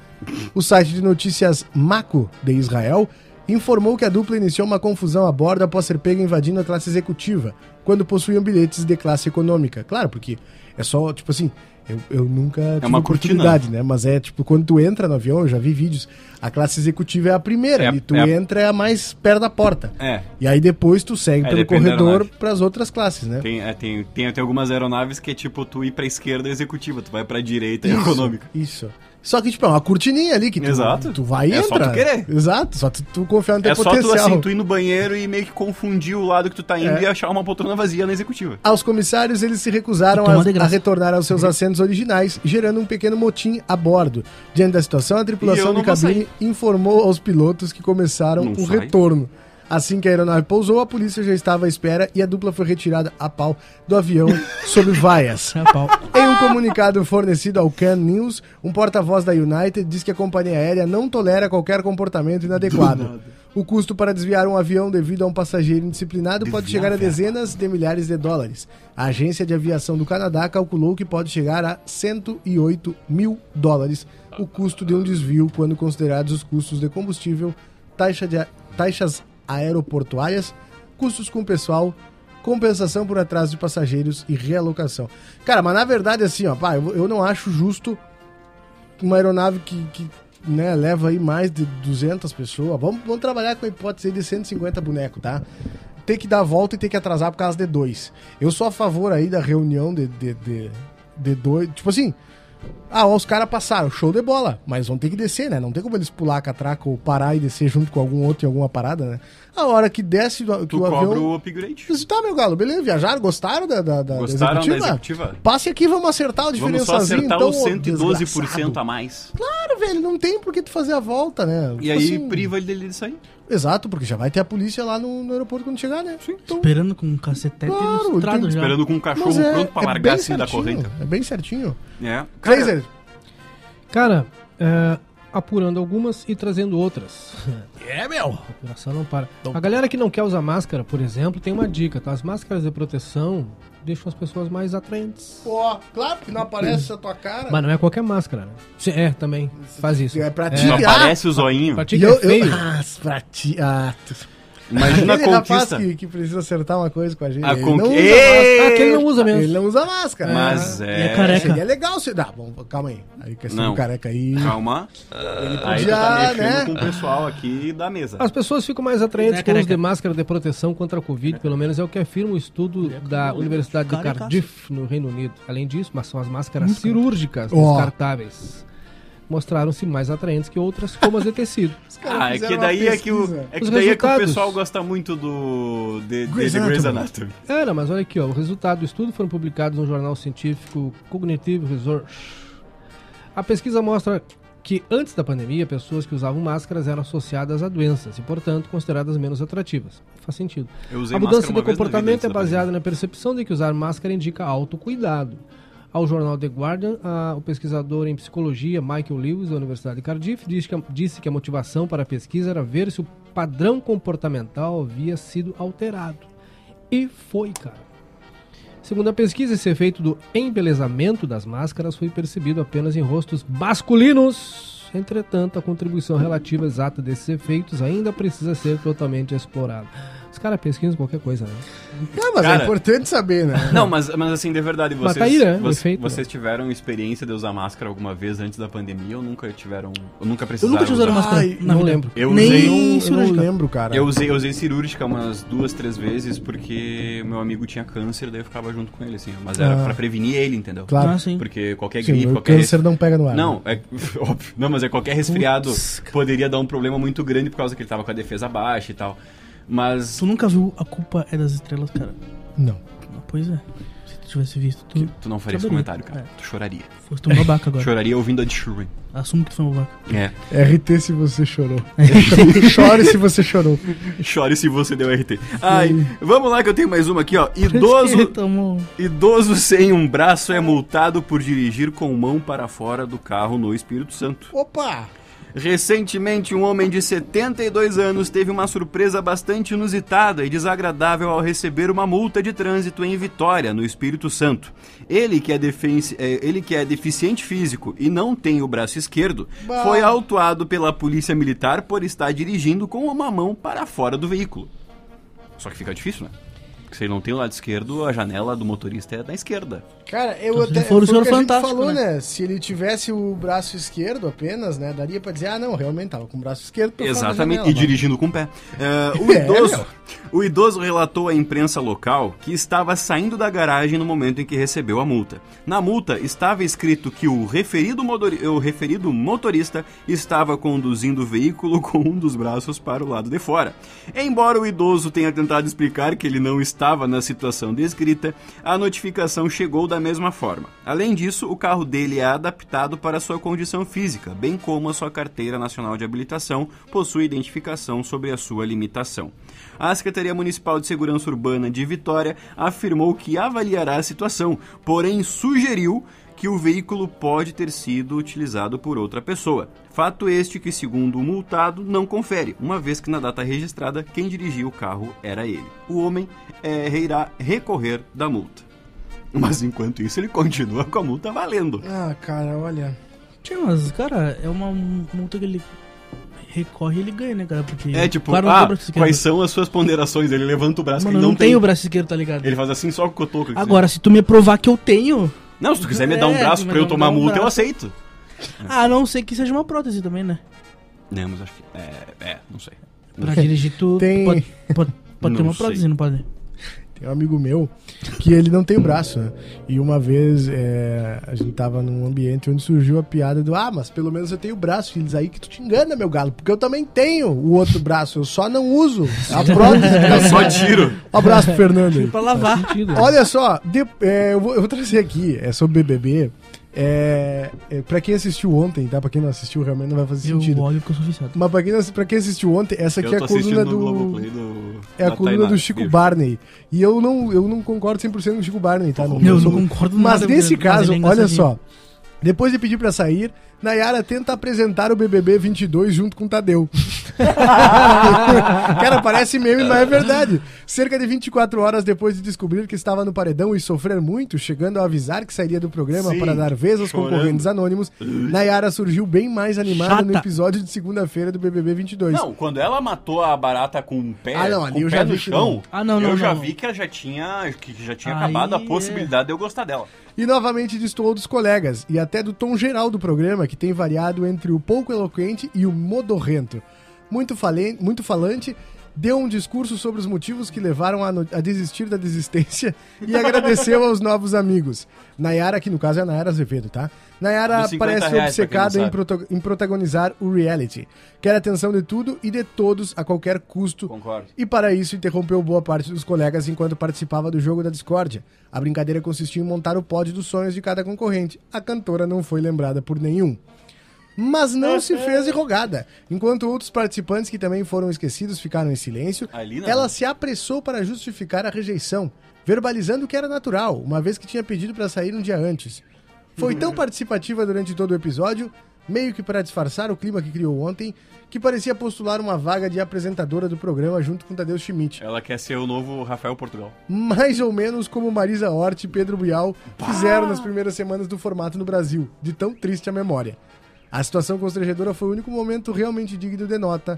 O site de notícias Mako, de Israel, informou que a dupla iniciou uma confusão a bordo após ser pega invadindo a classe executiva, quando possuíam bilhetes de classe econômica. Claro, porque é só, tipo assim, eu, eu nunca tive é uma oportunidade, cortina. né? Mas é tipo, quando tu entra no avião, eu já vi vídeos, a classe executiva é a primeira, é, e tu é a... entra é a mais perto da porta. É. E aí depois tu segue pelo corredor para as outras classes, né? Tem, tem, é tem até algumas aeronaves que é tipo tu ir para esquerda executiva, tu vai para direita isso, econômica. Isso. Só que, tipo, é uma cortininha ali que tu, Exato. tu vai e É entra. só tu querer. Exato, só tu, tu confiar no teu É só potencial. tu assim, tu ir no banheiro e meio que confundir o lado que tu tá indo É. e achar uma poltrona vazia na executiva. Aos comissários, eles se recusaram Toma a, de graça. a retornar aos seus assentos originais, gerando um pequeno motim a bordo. Diante da situação, a E tripulação eu de não vou cabine informou aos pilotos que começaram Não o sai. retorno. Assim que a aeronave pousou, a polícia já estava à espera e a dupla foi retirada a pau do avião sob vaias. É a pau. Em um comunicado fornecido ao Can News, um porta-voz da United diz que a companhia aérea não tolera qualquer comportamento inadequado. O custo para desviar um avião devido a um passageiro indisciplinado pode chegar a dezenas de milhares de dólares. A agência de aviação do Canadá calculou que pode chegar a 108 mil dólares o custo de um desvio quando considerados os custos de combustível, taxa de a- taxas aeroportuárias, custos com pessoal, compensação por atraso de passageiros e realocação. Cara, mas na verdade, assim, ó, pá, eu, eu não acho justo uma aeronave que, que, né, leva aí mais de 200 pessoas. Vamos, vamos trabalhar com a hipótese aí de 150 bonecos, tá? Ter que dar a volta e ter que atrasar por causa de dois. Eu sou a favor aí da reunião de, de, de, de dois. Tipo assim. Ah, ó, os caras passaram, show de bola, mas vão ter que descer, né? Não tem como eles pular a catraca ou parar e descer junto com algum outro em alguma parada, né? A hora que desce, do- que Tu o cobra avião. o upgrade. Vocês tá, meu galo, beleza, viajaram, gostaram da, da, da Gostaram da executiva? executiva? Passe aqui, vamos acertar o Vamos só diferençazinho, acertar então, os ô 112% a desgraçado. mais. Claro, velho, não tem por que tu fazer a volta, né? E Tipo aí assim, priva ele dele disso aí. Exato, porque já vai ter a polícia lá no, no aeroporto quando chegar, né? Sim. Então, Esperando com um cacetete Claro, ilustrado tem- já. Esperando com o cachorro mas é, pronto pra é largar bem assim da certinho, corrente. É bem certinho. É. Kaiser, Cara, é, apurando algumas e trazendo outras. é, meu. A apuração não para. A galera que não quer usar máscara, por exemplo, tem uma dica, tá? As máscaras de proteção deixam as pessoas mais atraentes. Pô, claro que não aparece essa tua cara. Mas não é qualquer máscara, né? Se- É, também. Faz isso. É pra ti, Só ah, aparece o zoinho. Pra ti E que eu, é feio. eu... Ah, pra ti. Ah, tu... Imagina a Aquele rapaz conquista. que, que precisa acertar uma coisa com a gente. A ele conqui- não usa Ei! máscara. Ah, aquele não usa mesmo. Ele não usa máscara. Mas E é. é careca. Seria legal se. Ah, bom, calma aí. Aí questão Não. do careca aí. Calma. Aí tu podia, tá mexendo né? com o pessoal aqui da mesa. As pessoas ficam mais Tá. Né, atraentes com o uso careca? de máscara de proteção contra a Covid, pelo menos é o que afirma o estudo da Universidade de é um Carecaço. Cardiff, no Reino Unido. Além disso, mas são as máscaras cirúrgicas Ó. descartáveis. Mostraram-se mais atraentes que outras, como as de tecido. Os caras Ah, é fizeram que uma daí é que, o, pesquisa. é que Os daí é que o resultados. pessoal gosta muito do de, de Grey's de Grey's Anatomy. Anatomy. Era, mas olha aqui, ó, o resultado do estudo foram publicados no jornal científico Cognitive Research. A pesquisa mostra que antes da pandemia, pessoas que usavam máscaras eram associadas a doenças e, portanto, consideradas menos atrativas. Faz sentido. Eu usei máscara A uma mudança de vez na vida comportamento antes é da baseada na percepção de que usar máscara indica autocuidado. Ao jornal The Guardian, a- o pesquisador em psicologia Michael Lewis, da Universidade de Cardiff, diz que a- disse que a motivação para a pesquisa era ver se o padrão comportamental havia sido alterado. E foi, cara. Segundo a pesquisa, esse efeito do embelezamento das máscaras foi percebido apenas em rostos masculinos. Entretanto, a contribuição relativa exata desses efeitos ainda precisa ser totalmente explorada. Os caras pesquisam qualquer coisa, né? Ah, mas é Cara. importante saber, né? Não, mas, mas assim, de verdade, vocês, Mas tá aí, né? vo- vocês, Efeito. tiveram experiência de usar máscara alguma vez antes da pandemia ou nunca tiveram. Ou nunca Eu precisaram? nunca tinha usado usar? máscara. Ai, na não vida. lembro. Eu usei- um- Nem eu não cirúrgica. lembro, cara. Eu usei, eu usei cirúrgica umas duas, três vezes porque meu amigo tinha câncer, daí eu ficava junto com ele, assim. Mas era Ah. pra prevenir ele, entendeu? Claro. Ah, sim. Porque qualquer Sim, gripe, o qualquer. câncer não pega no ar. Não, é óbvio. Não, mas é qualquer resfriado poderia dar um problema muito grande por causa que ele tava com a defesa baixa e tal. Mas Tu nunca viu A Culpa é das Estrelas, cara? Não. Não, pois é. Se tu tivesse visto, tu tu não faria esse Saberia. comentário, cara. Tu choraria. fosse um babaca agora. Choraria ouvindo a de Shreen. Assumo que tu foi um babaca. É. RT se você chorou. Chore se você chorou. Chore se você deu RT. Ai, vamos lá que eu tenho mais uma aqui, ó. Ele tá- Idoso, tomou... idoso sem um braço é multado por dirigir com mão para fora do carro no Espírito Santo. Opa! Recentemente, um homem de 72 anos teve uma surpresa bastante inusitada e desagradável ao receber uma multa de trânsito em Vitória, no Espírito Santo. Ele que é, defen- eh, ele que é deficiente físico e não tem o braço esquerdo, Bah. foi autuado pela polícia militar por estar dirigindo com uma mão para fora do veículo. Só que fica difícil, né? Porque se ele não tem o lado esquerdo, a janela do motorista é na esquerda. Cara, eu então, até. Se for o senhor fantástico. falou, né? né? Se ele tivesse o braço esquerdo apenas, né? Daria pra dizer, ah, não, realmente tava com o braço esquerdo. Exatamente, janela, e mano. dirigindo com o pé. Uh, o, idoso, é, o idoso relatou à imprensa local que estava saindo da garagem no momento em que recebeu a multa. Na multa estava escrito que o referido, o referido motorista estava conduzindo o veículo com um dos braços para o lado de fora. Embora o idoso tenha tentado explicar que ele não estava na situação descrita, a notificação chegou da mesma forma. Além disso, o carro dele é adaptado para sua condição física, bem como a sua carteira nacional de habilitação possui identificação sobre a sua limitação. A Secretaria Municipal de Segurança Urbana de Vitória afirmou que avaliará a situação, porém sugeriu que o veículo pode ter sido utilizado por outra pessoa. Fato este que, segundo o multado, não confere, uma vez que na data registrada quem dirigia o carro era ele. O homem é, irá recorrer da multa. Mas enquanto isso, ele continua com a multa valendo. Ah, cara, olha. Tinha, mas, cara, é uma multa que ele recorre ele ganha, né, cara? Porque é tipo, ah, quais são as suas ponderações? Ele levanta o braço Mano, que não, não tem. tem o braço esquerdo, tá ligado? Ele faz assim só com o cotoco. Agora, se tu me provar que eu tenho. Não, se tu quiser me dar um braço é, pra eu tomar um multa, braço. eu aceito. Ah, não sei que seja uma prótese também, né? Não, mas acho que. É, é não sei. Pra dirigir tu. Tem... Pode, pode, pode ter uma sei. prótese, não pode? Tem um amigo meu que ele não tem o braço, né? E uma vez é, a gente tava num ambiente onde surgiu a piada do Ah, mas pelo menos eu tenho o braço, filhos. Aí que tu te engana, meu galo, porque eu também tenho o outro braço, eu só não uso. A prótese. eu só tiro. Tipo, Um abraço pro Fernando. Aí. Pra lavar. Sentido, né? Olha só, de, é, eu, vou, eu vou trazer aqui, é sobre BBB. É, é, pra quem assistiu ontem, tá? Pra quem não assistiu, realmente não vai fazer eu sentido. Olho porque eu sou viciado. Mas pra quem, não, pra quem assistiu ontem, essa aqui eu é a coluna do. do... É a coluna do Chico Bicho. Barney. E eu não, eu não concordo 100% com o Chico Barney, tá? Não, eu não, não concordo Mas assim- nada, é nesse caso, olha só. Depois de pedir para sair, Nayara tenta apresentar o BBB 22 junto com Tadeu. Cara, parece meme, mas é verdade. Cerca de 24 horas depois de descobrir que estava no paredão e sofrer muito, chegando a avisar que sairia do programa Sim, para dar vez aos chorando. concorrentes anônimos, Nayara surgiu bem mais animada Chata. no episódio de segunda-feira do BBB 22. Não, quando ela matou a barata com um pé, ah, não, ali com eu pé já vi no chão, ah, não, não, eu já não. vi que ela já tinha, que já tinha Aí acabado a possibilidade é. de eu gostar dela. E novamente destoou dos colegas e até do tom geral do programa, que tem variado entre o pouco eloquente e o modorrento. Muito, falen muito falante, deu um discurso sobre os motivos que levaram a, a desistir da desistência e agradeceu aos novos amigos. Nayara, que no caso é a Nayara Azevedo, tá? Nayara parece reais, obcecada em, prota em, protagonizar o reality. Quer atenção de tudo e de todos a qualquer custo. Concordo. E para isso interrompeu boa parte dos colegas enquanto participava do jogo da discórdia. A brincadeira consistia em montar o pódio dos sonhos de cada concorrente. A cantora não foi lembrada por nenhum mas não se fez de rogada. Enquanto outros participantes que também foram esquecidos ficaram em silêncio, ela se apressou para justificar a rejeição, verbalizando que era natural, uma vez que tinha pedido para sair um dia antes. Foi tão participativa durante todo o episódio, meio que para disfarçar o clima que criou ontem, que parecia postular uma vaga de apresentadora do programa junto com Tadeu Schmidt. Ela quer ser o novo Rafael Portugal. Mais ou menos como Marisa Hort e Pedro Bial fizeram nas primeiras semanas do formato no Brasil, de tão triste a memória. A situação constrangedora foi o único momento realmente digno de nota.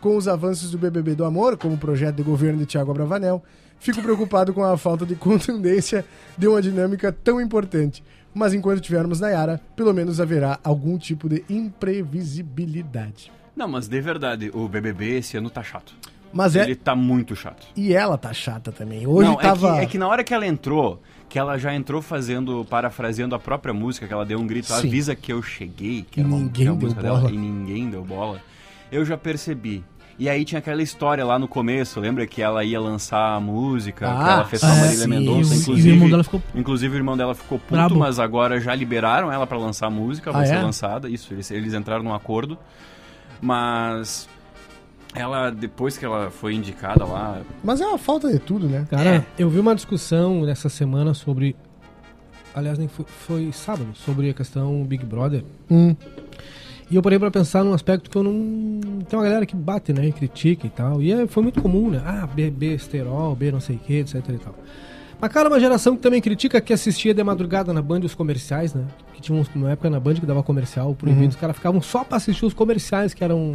Com os avanços do BBB do Amor, como projeto de governo de Tiago Abravanel, fico preocupado com a falta de contundência de uma dinâmica tão importante. Mas enquanto tivermos Nayara, pelo menos haverá algum tipo de imprevisibilidade. Não, mas de verdade, o BBB esse ano tá chato. Mas Ele é... tá muito chato. E ela tá chata também. Hoje Não, tava... É que, é que na hora que ela entrou, que ela já entrou fazendo, parafraseando a própria música, que ela deu um grito, Sim. avisa que eu cheguei, que e era uma, ninguém uma deu bola. Dela, e ninguém deu bola, eu já percebi. E aí tinha aquela história lá no começo, lembra que ela ia lançar a música, ah, que ela fez com a Marília é Mendonça, inclusive. O irmão dela ficou... Inclusive o irmão dela ficou puto, Brabo. mas agora já liberaram ela para lançar a música, vai ah, ser é? lançada, isso, eles, eles entraram num acordo. Mas ela, depois que ela foi indicada lá. Mas é uma falta de tudo, né? Cara, é. eu vi uma discussão nessa semana sobre. Aliás, nem foi, foi sábado, sobre a questão Big Brother. Hum. E eu parei pra pensar num aspecto que eu não. Tem uma galera que bate, né? Critica e tal. E é, foi muito comum, né? Ah, B, B, esterol, B não sei o que, etc e tal. Mas, cara, uma geração que também critica que assistia de madrugada na Band os comerciais, né? Que tinha uns, uma época na Band que dava comercial proibido, uhum. os caras ficavam só pra assistir os comerciais, que eram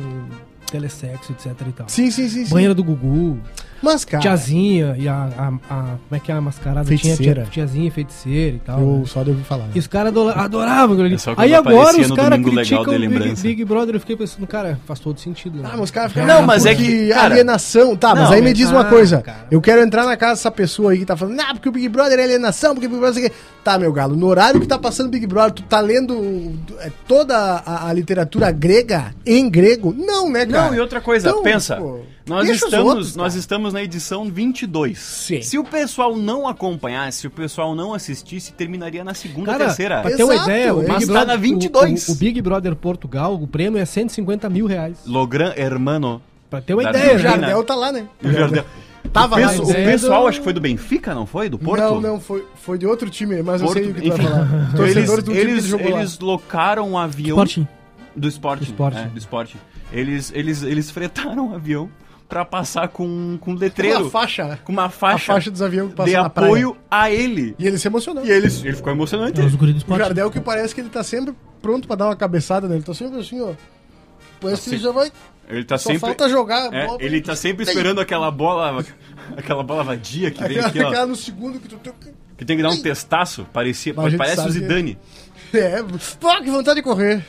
telesexo, etc e tal. Sim, sim, sim. sim. Banheira do Gugu. Mas, cara. Tiazinha e a, a, a- Como é que é a mascarada? Feiticeira. Tinha, tia- tiazinha e feiticeira e tal. Eu né? só devo falar. E os caras adola- adoravam aquilo ali. É só quando Aí agora aparecia os no caras Domingo Legal criticam o de Big, lembrança. Big Brother. Eu fiquei pensando, cara, faz todo sentido. né? Ah, mas os caras ficam. Não, "Ah, mas é porque que, cara- Alienação. Tá, mas Não, aí me diz uma ah, coisa. cara. Eu quero entrar na casa dessa pessoa aí que tá falando, ah, porque o Big Brother é alienação, porque o Big Brother. não sei o quê." Tá, meu galo, no horário que tá passando Big Brother, tu tá lendo é, toda a, a literatura grega em grego? Não, né, cara? Não, e outra coisa, Então, pensa. pô, nós deixa os estamos, outros, nós cara. estamos na edição 22. Sim. Se o pessoal não acompanhasse, se o pessoal não assistisse, terminaria na segunda, Cara, terceira. pra ter uma Exato, é ideia, o Big mas tá Brother- na 22. O, o- o Big Brother Portugal, o prêmio é 150 mil reais. Logran Hermano. Pra ter uma Da É, o ideia, Argentina. já. Jardel tá lá, né? O Jardel. Tava lá. Pensa, né? o mas é pessoal, do- acho que foi do Benfica, não foi? Do Porto? Não, não, foi, foi de outro time, mas Porto, eu sei o que tu enfim. vai falar. Eles, Torcedores do time que eles, jogou lá. eles locaram um avião Sporting. do esporte. Do Sporting. do Sporting. Eles, eles, eles fretaram um avião pra passar com, com um letreiro. Uma faixa. né? com uma A faixa, faixa dos aviões que de passam na praia. apoio a ele. E ele se emocionou. E ele, ele ficou emocionante. É os guri do O esporte. Jardel que parece que ele tá sempre pronto pra dar uma cabeçada nele. Tá sempre assim, ó. Parece que ele Assim. já vai. Ele tá Só sempre. falta jogar. a É, bola. ele tá sempre esperando aquela bola. Aquela bola vadia que vem Aquela, aqui, ó. aquela no segundo que tu. tu- Que tem que dar um testaço. Parecia, Mas a gente parece o sabe que- Zidane. É, pô, que vontade de correr.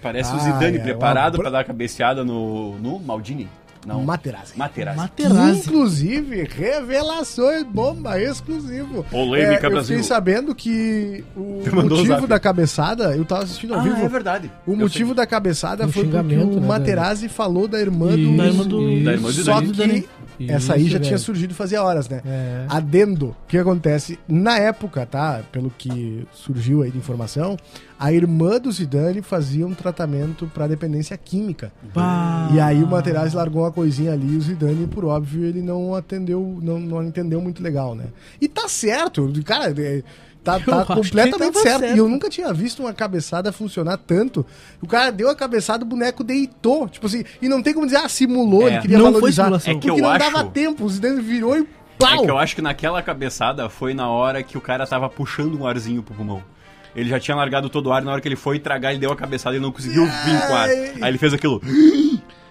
Parece Ah, o Zidane é, preparado uma- pra dar a cabeceada no. no Maldini? Não. Materazzi. Materazzi. Materazzi. Inclusive, revelações, bomba, exclusivo. É, Polêmica, eu Brasil. fiquei sabendo que o Tu mandou o motivo zap. da cabeçada, eu tava assistindo ao Ah, vivo. é verdade. O Eu motivo sei. da cabeçada Um foi porque xingamento, o né, Materazzi falou da irmã Isso, do. Da irmã do- isso. Da irmã do Só Zidane. que Isso, essa aí já tinha velho. surgido fazia horas, né? É. Adendo, o que acontece? Na época, tá? Pelo que surgiu aí de informação, a irmã do Zidane fazia um tratamento pra dependência química. Bah. E aí o Materazzi largou uma coisinha ali e o Zidane, por óbvio, ele não atendeu, não, não entendeu muito legal, né? E tá certo, cara, é, tá, tá acho que ele completamente tava certo. certo. E eu nunca tinha visto uma cabeçada funcionar tanto. O cara deu a cabeçada, o boneco deitou. Tipo assim, e não tem como dizer, ah, simulou, É. ele queria Não foi valorizar. simulação. É que eu porque não acho- dava tempo, o Zidane virou e É pau! que eu acho que naquela cabeçada foi na hora que o cara tava puxando um arzinho pro pulmão. Ele já tinha largado todo o ar, na hora que ele foi tragar, ele deu a cabeçada e não conseguiu vir com o ar. Aí ele fez aquilo.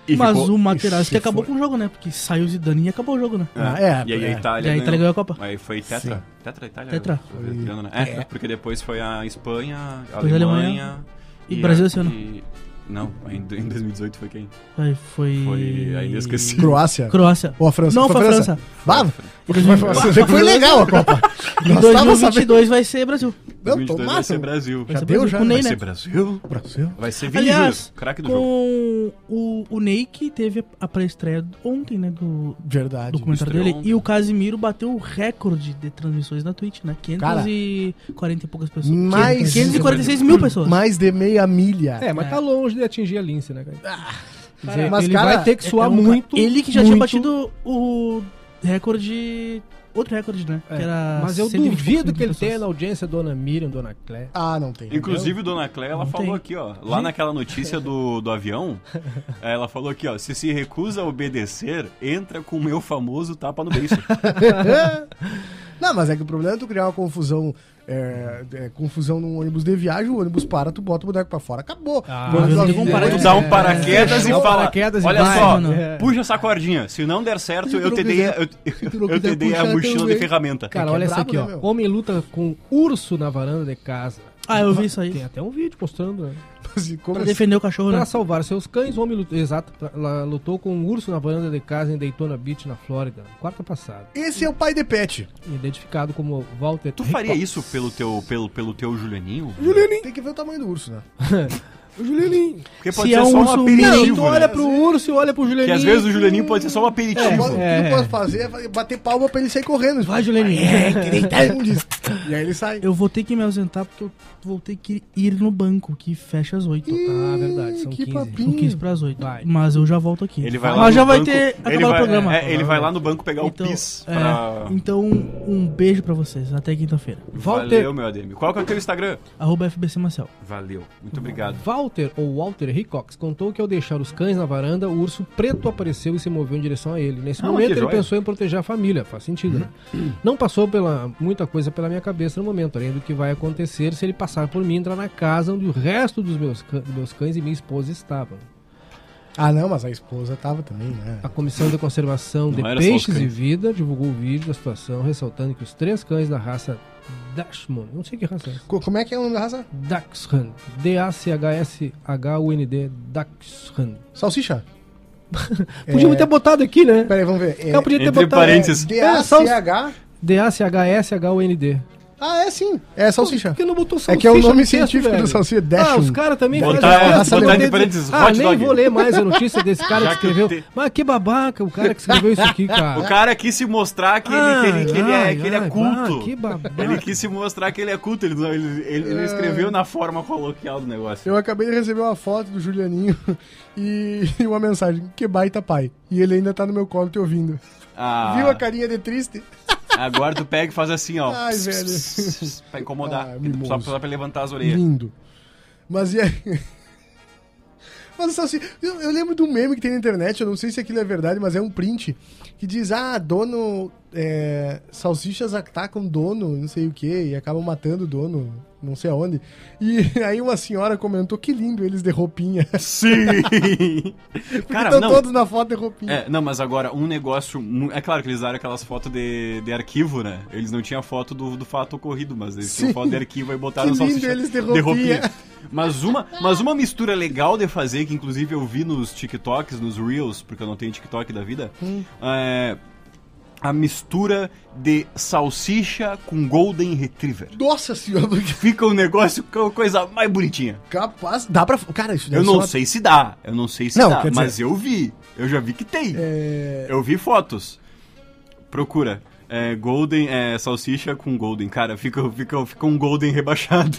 E Mas ficou- o Materazzi que Ixi, acabou foi. com o jogo, né? Porque saiu o Zidane e acabou o jogo, né? Ah, é, e aí tá. é. a Itália. E a Itália ganhou a Copa. Aí foi Tetra. Tetra, Itália. Tetra. Sovietano, né? É, porque depois foi a Espanha, a Depois a Alemanha. Alemanha. E Brasil esse ano. e- Não, em do- em 2018 foi quem? Aí foi. Foi a inesquecível. Croácia. Croácia. Ou a França? Não, foi a França. Bah, Em dois mil- foi, foi legal a Copa. Em Nós tava sabendo. 2022 vai ser Brasil. Não, 2022 tomara. vai ser Brasil. Já ser deu, Brasil já. com o né? Ney, Vai ser né? Brasil. Brasil. Vai ser Vini Aliás, Júnior, craque do jogo. com o, o Ney que teve a pré-estreia ontem, né? Do Verdade. documentário estreou dele. ontem. E o Casimiro bateu o recorde de transmissões na Twitch, né? 540 e poucas pessoas. Mais- 546 mil pessoas. Mais de meia milha. É, mas É. tá longe de atingir a lince, né, cara? Quer dizer, Ah, mas, ele cara, vai ter que É, suar é um ca- muito. Ele que já tinha muito. batido o recorde. Outro recorde, né? É, Que era mas eu 120 e duvido poucos que mil ele pessoas. tenha na audiência Dona Miriam, Dona Clé. Ah, não tem. Inclusive, Dona Cléia, ela Não falou tem. aqui, ó. Lá naquela notícia do, do avião, ela falou aqui, ó. Se se recusa a obedecer, entra com o meu famoso tapa no beijo. Não, mas é que o problema é tu criar uma confusão. É, é, confusão num ônibus de viagem, o ônibus para, tu bota o boneco pra fora, acabou. Ah, Quando mas tu eles vão avisa- parar tu de- dá um paraquedas e Dá um fala, paraquedas e olha vai, só, mano. É. puxa essa cordinha. Se não der certo, eu te dei, a- eu, eu, eu te dei a mochila de ferramenta. Cara, que é olha essa brabo, aqui, né, ó. meu? Homem luta com urso na varanda de casa. Ah, eu vi isso aí. Tem até um vídeo mostrando, né? Assim, como Pra assim? defender o cachorro, né? Pra salvar seus cães, o homem lutou, exato, pra- lá, lutou com um urso na varanda de casa em Daytona Beach, na Flórida, quarta passada. Esse é o pai de pet. Identificado como Walter Tu faria isso pelo teu, pelo, pelo teu Julianinho? Tem que ver o tamanho do urso, né? O Julianinho. Porque pode Se ser é só um um urso Não, aperitivo, tu né? olha pro urso e olha pro Julianinho. Que às vezes o Julianinho pode ser só um Eu aperitivo. posso- O que eu posso fazer é bater palma pra ele sair correndo. É, É, Vai, Julianinho. É, E aí ele sai. Eu vou ter que me ausentar porque eu vou ter que ir no banco, que fecha às tá? 8. Ah, verdade, são Ih, que 15. São 15 papinho. para as 8. Vai. Mas eu já volto aqui. Ele vai lá Mas no já vai banco- ter ele acabado vai- o programa. é, ele vai lá no banco pegar Então, o PIS é, pra... Então, um beijo pra vocês. Até quinta-feira. Walter, Valeu, meu ADM. Qual que é o teu Instagram? Arroba FBC Marcel. Valeu. Muito obrigado. Walter ou Walter Hickox contou que ao deixar os cães na varanda, o urso preto apareceu e se moveu em direção a ele. Nesse Ah, momento que ele joia. Uhum. pensou em proteger a família, faz sentido, né? Não passou pela muita coisa pela minha cabeça no momento, além do que vai acontecer se ele passar por mim e entrar na casa onde o resto dos meus, cã- meus cães e minha esposa estavam. Ah, não, mas a esposa estava também, né? A Comissão de Conservação de Não era só os Peixes e cães. Vida divulgou o vídeo da situação, ressaltando que os três cães da raça Dachshund, não sei que raça é essa, Co- Como é que é o nome da raça? Dachshund, D-A-C-H-S-H-U-N-D, Dachshund. Salsicha. Podíamos ter botado aqui, né? Pera aí, vamos ver. É, Não, podia ter Entre botado. parênteses. É, salsicha. D-A-C-H? D-A-C-H-S-H-U-N-D. Ah, é sim. É salsicha. Por que não botou É salsicha que é o nome no texto, científico é velho? da salsicha, Ah, Dachshund. os caras também Botar- fazem botar essa, meu entre Deus. parênteses, Ah, hot nem dog. vou ler mais a notícia desse cara Já que que eu escreveu. te- Mas que babaca o cara que escreveu isso aqui, cara. O cara quis se mostrar que ele, que ele, que ele é, que ele é Ai, culto. bah, que babaca. Ele quis se mostrar que ele é culto. Ele, ele, ele não escreveu na forma coloquial do negócio. Eu acabei de receber uma foto do Julianinho e e uma mensagem. Que baita pai. E ele ainda tá no meu colo te ouvindo. Ah, Viu a carinha de triste? agora tu pega e faz assim, ó. Ai, velho. Pra incomodar. Ah, só, mimoso. só pra levantar as orelhas. Lindo. Mas e aí? Mas salsicha. Eu, eu lembro de um meme que tem na internet, eu não sei se aquilo é verdade, mas é um print. Que diz, ah, dono. é, salsichas atacam dono, não sei o que, e acabam matando o dono, não sei aonde. E aí uma senhora comentou, que lindo eles de roupinha. Sim! Porque tá cara, estão não. todos na foto de roupinha. É, não, mas agora, um negócio. mu- É claro que eles usaram aquelas fotos de, de arquivo, né? Eles não tinham foto do, do fato ocorrido, mas eles tinham Sim. foto de arquivo e botaram Que só lindo salsicha eles de de roupinha. Mas uma, mas uma mistura legal de fazer, que inclusive eu vi nos TikToks, nos Reels, porque eu não tenho TikTok da vida, Hum. é a mistura de salsicha com Golden Retriever. Nossa senhora, que Fica um negócio, que é uma coisa mais bonitinha. capaz. Dá pra. Cara, isso deve Eu ser não uma- sei se dá, eu não sei se É Não, dá, quer dizer- mas eu vi, eu já vi que tem. É, Eu vi fotos. Procura. É, golden, é, salsicha com golden. Cara, fica, fica, fica um golden rebaixado.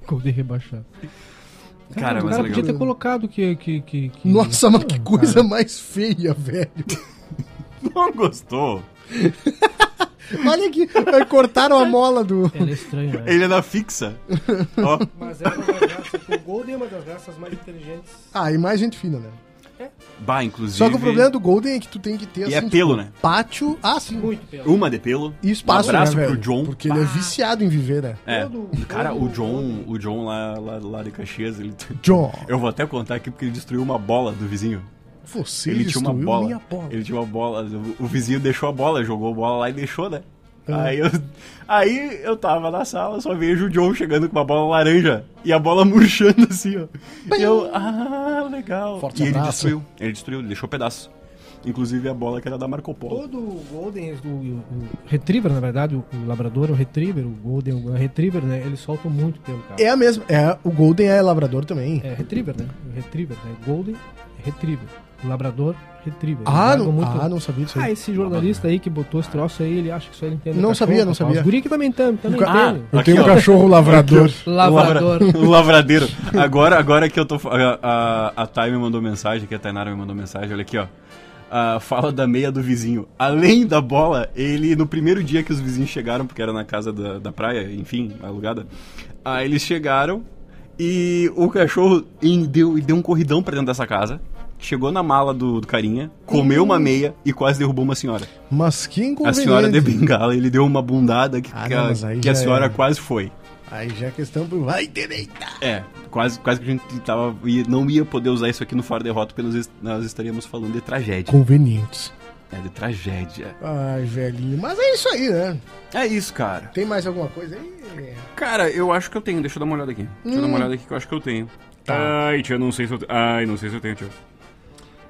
Ficou de rebaixado. Cara, o mas é cara legal. podia ter colocado que. que, que, que- Nossa, mas que coisa mais feia, velho. Não gostou. Olha aqui, é, cortaram a mola do. Ela é estranha, né? Ele é da fixa. Ó, Mas ela é uma raça, o Golden é uma das raças mais inteligentes. Ah, e mais gente fina, né? bah, inclusive. Só que o problema do Golden é que tu tem que ter E é pelo, né? pátio. Ah, sim. pelo. Uma de pelo. E espaço, Um abraço né, velho? pro John. Porque ele é viciado em viver, né? É. Todo- Cara, todo- o John, o John lá, lá, lá de Caxias, ele. John, Eu vou até contar aqui porque ele destruiu uma bola do vizinho. você Ele tinha uma destruiu bola. minha bola. Ele tinha uma bola. O, o vizinho deixou a bola, jogou a bola lá e deixou, né? Ah. Aí, eu, aí eu tava na sala, só vejo o John chegando com uma bola laranja e a bola murchando assim, ó. E eu, ah, legal. Forte e ele abraço. destruiu, ele destruiu, ele deixou pedaço. Inclusive a bola que era da Marco Polo. Todo o Golden, o, o- o Retriever, na verdade, o, o Labrador é o Retriever, o Golden é o Retriever, né? Eles soltam muito pelo, cara. É a mesma. É, o Golden é labrador também. É Retriever, né? O Retriever, né? Golden Retriever. O Labrador Retriever. Ah, Eles largam não, muito- ah, não sabia disso. Ah, aí. esse jornalista aí que botou esse troço aí, ele acha que isso aí ele entende. Não cachorro, sabia, não rapaz. sabia. Os guri que também tem, também ca- Ah, tem. Eu Aqui, tenho um ó. cachorro lavrador. Lavrador. O Um lavradeiro. Agora, agora que eu tô. fa- A, a, a Thay me mandou mensagem, que a Tainara me mandou mensagem, olha aqui, ó. A fala da meia do vizinho. Além da bola, ele, no primeiro dia que os vizinhos chegaram, porque era na casa da, da praia, enfim, alugada, aí eles chegaram e o cachorro em- deu, e deu um corridão pra dentro dessa casa. Chegou na mala do, do carinha, comeu uma meia e quase derrubou uma senhora. Mas que A inconveniente. senhora de bengala, ele deu uma bundada que, Um Ah, que não, a- mas aí que a já senhora era. quase foi. Aí já é questão pro vai direita. É, quase, quase que a gente tava, ia- não ia poder usar isso aqui no Fora Derrota, porque nós, est- nós estaríamos falando de tragédia. Convenientes. É, de tragédia. Ai, velhinho. Mas é isso aí, né? É isso, cara. Tem mais alguma coisa aí? Cara, eu acho que eu tenho, deixa eu dar uma olhada aqui. Deixa eu dar uma Hum. olhada aqui que eu acho que eu tenho. Ai, tia, não sei se eu tenho. Ai, não sei se eu tenho, Ah, tia. Um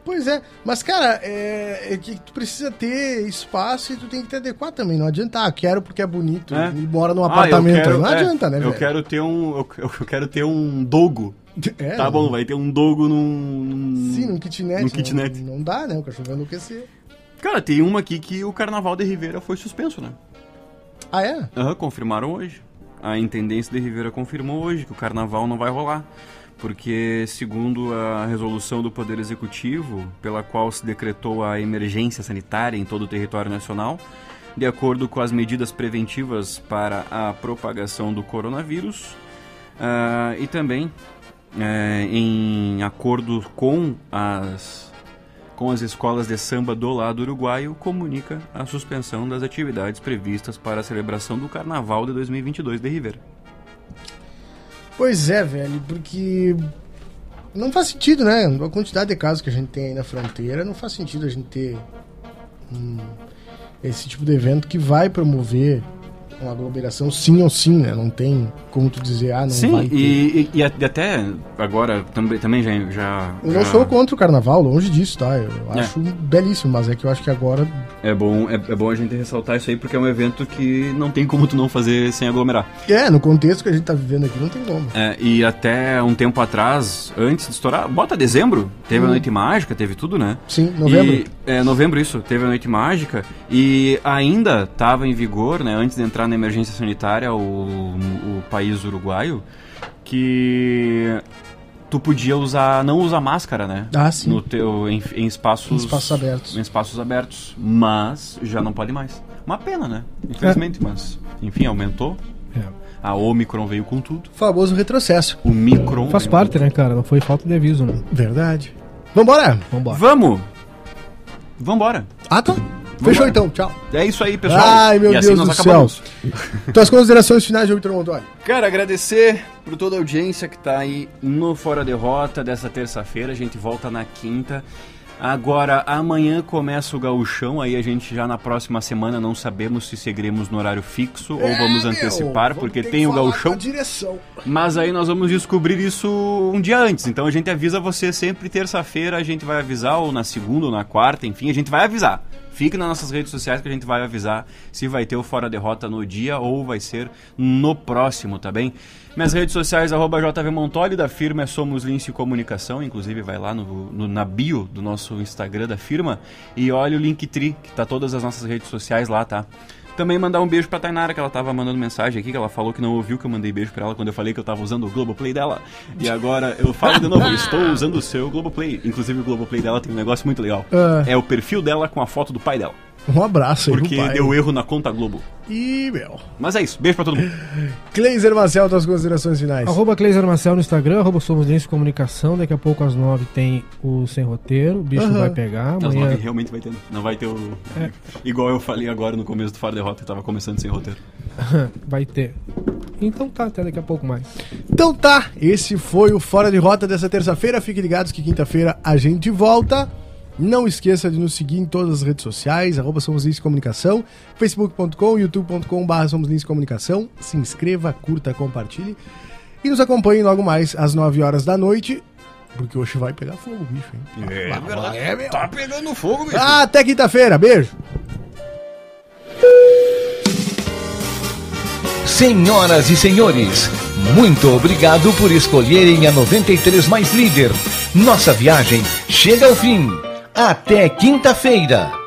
Pois é, mas cara, é, é que tu precisa ter espaço e tu tem que te adequar também. Não adianta, ah, quero porque é bonito É. e mora num apartamento. aí. não adianta, né, Eu velho? quero ter um. Eu, eu quero ter um dogo. É, tá bom, vai ter um dogo num. num- Sim, num kitnet. Num né? kitnet. Não, dá, né? O cachorro vai enlouquecer. Cara, tem uma aqui que o carnaval de Ribeira foi suspenso, né? Ah, é? Aham, confirmaram hoje. A intendência de Rivera confirmou hoje que o carnaval não vai rolar. Porque, segundo a resolução do Poder Executivo, pela qual se decretou a emergência sanitária em todo o território nacional, de acordo com as medidas preventivas para a propagação do coronavírus, ah, e também eh, em acordo com as com as escolas de samba do lado uruguaio, comunica a suspensão das atividades previstas para a celebração do Carnaval de 2022 de Ribeira. Pois é, velho, porque não faz sentido, né? A quantidade de casos que a gente tem aí na fronteira, não faz sentido a gente ter hum, esse tipo de evento que vai promover uma aglomeração sim ou sim, né? Não tem como tu dizer, ah, não sim, vai ter. E, e, e até agora também, também já, já... Eu não já... sou contra o carnaval, longe disso, tá? Eu acho é. belíssimo, mas é que eu acho que agora... É bom, é, é, bom a gente ressaltar isso aí, porque é um evento que não tem como tu não fazer sem aglomerar. É, no contexto que a gente tá vivendo aqui, não tem como. É, e até um tempo atrás, antes de estourar, bota dezembro, teve hum. a Noite Mágica, teve tudo, né? Sim, novembro. E, é, novembro, isso, teve a Noite Mágica, e ainda tava em vigor, né, antes de entrar na emergência sanitária o, o país uruguaio que tu podia usar não usar máscara né ah, sim. no teu em, em espaços em espaços abertos em espaços abertos mas já não pode mais uma pena né infelizmente é. mas enfim aumentou é. a Omicron veio com tudo o famoso retrocesso o micron faz parte né cara não foi falta de aviso né? verdade vambora vambora vamos vambora ah tá Fechou então, tchau. É isso aí, pessoal. Ai, meu assim Deus do acabamos. céu. então, as considerações finais de Victor Montoya. Cara, agradecer por toda a audiência que está aí no Fora Derrota dessa terça-feira. A gente volta na quinta. Agora, amanhã começa o gauchão, aí a gente já na próxima semana não sabemos se seguiremos no horário fixo é, ou vamos antecipar, meu, porque tem o gauchão. Mas aí nós vamos descobrir isso um dia antes, então a gente avisa você sempre terça-feira, a gente vai avisar, ou na segunda, ou na quarta, enfim, a gente vai avisar. Fique nas nossas redes sociais que a gente vai avisar se vai ter o Fora Derrota no dia ou vai ser no próximo, tá bem? Minhas redes sociais, arroba JVMontoli, da firma é Somos Lince Comunicação, inclusive vai lá no, no, na bio do nosso Instagram da firma e olha o Linktree, que tá todas as nossas redes sociais lá, tá? Também mandar um beijo pra Tainara, que ela tava mandando mensagem aqui, que ela falou que não ouviu que eu mandei beijo pra ela quando eu falei que eu tava usando o Globoplay dela. E agora eu falo de novo, estou usando o seu Globoplay. Inclusive o Globoplay dela tem um negócio muito legal. Uh. É o perfil dela com a foto do pai dela. Um abraço aí Porque pai. deu erro na conta Globo. E, meu. Mas é isso. Beijo pra todo mundo. Cleiser Marcel, tuas considerações finais. Arroba Cleiser Marcel no Instagram, arroba Somos Lenço Comunicação. Daqui a pouco às nove tem o Sem Roteiro. O bicho uhum. vai pegar. Às nove realmente vai ter. Então, Não vai ter o... É. Igual eu falei agora no começo do Faro Derrota, que tava começando sem roteiro. vai ter. Então tá, até daqui a pouco mais. Então tá, esse foi o Fora de Rota dessa terça-feira. Fiquem ligados que quinta-feira a gente volta. Não esqueça de nos seguir em todas as redes sociais, arroba Somos Lins Comunicação, facebook.com, youtube.com barra Somos Lins Comunicação. Se inscreva, curta, compartilhe e nos acompanhe logo mais às 9 horas da noite, porque hoje vai pegar fogo, bicho, hein? É, ah, verdade. É, meu. Tá pegando fogo, bicho. Ah, até quinta-feira, beijo! Senhoras e senhores, muito obrigado por escolherem a 93 Mais Líder. Nossa viagem chega ao fim. Até quinta-feira!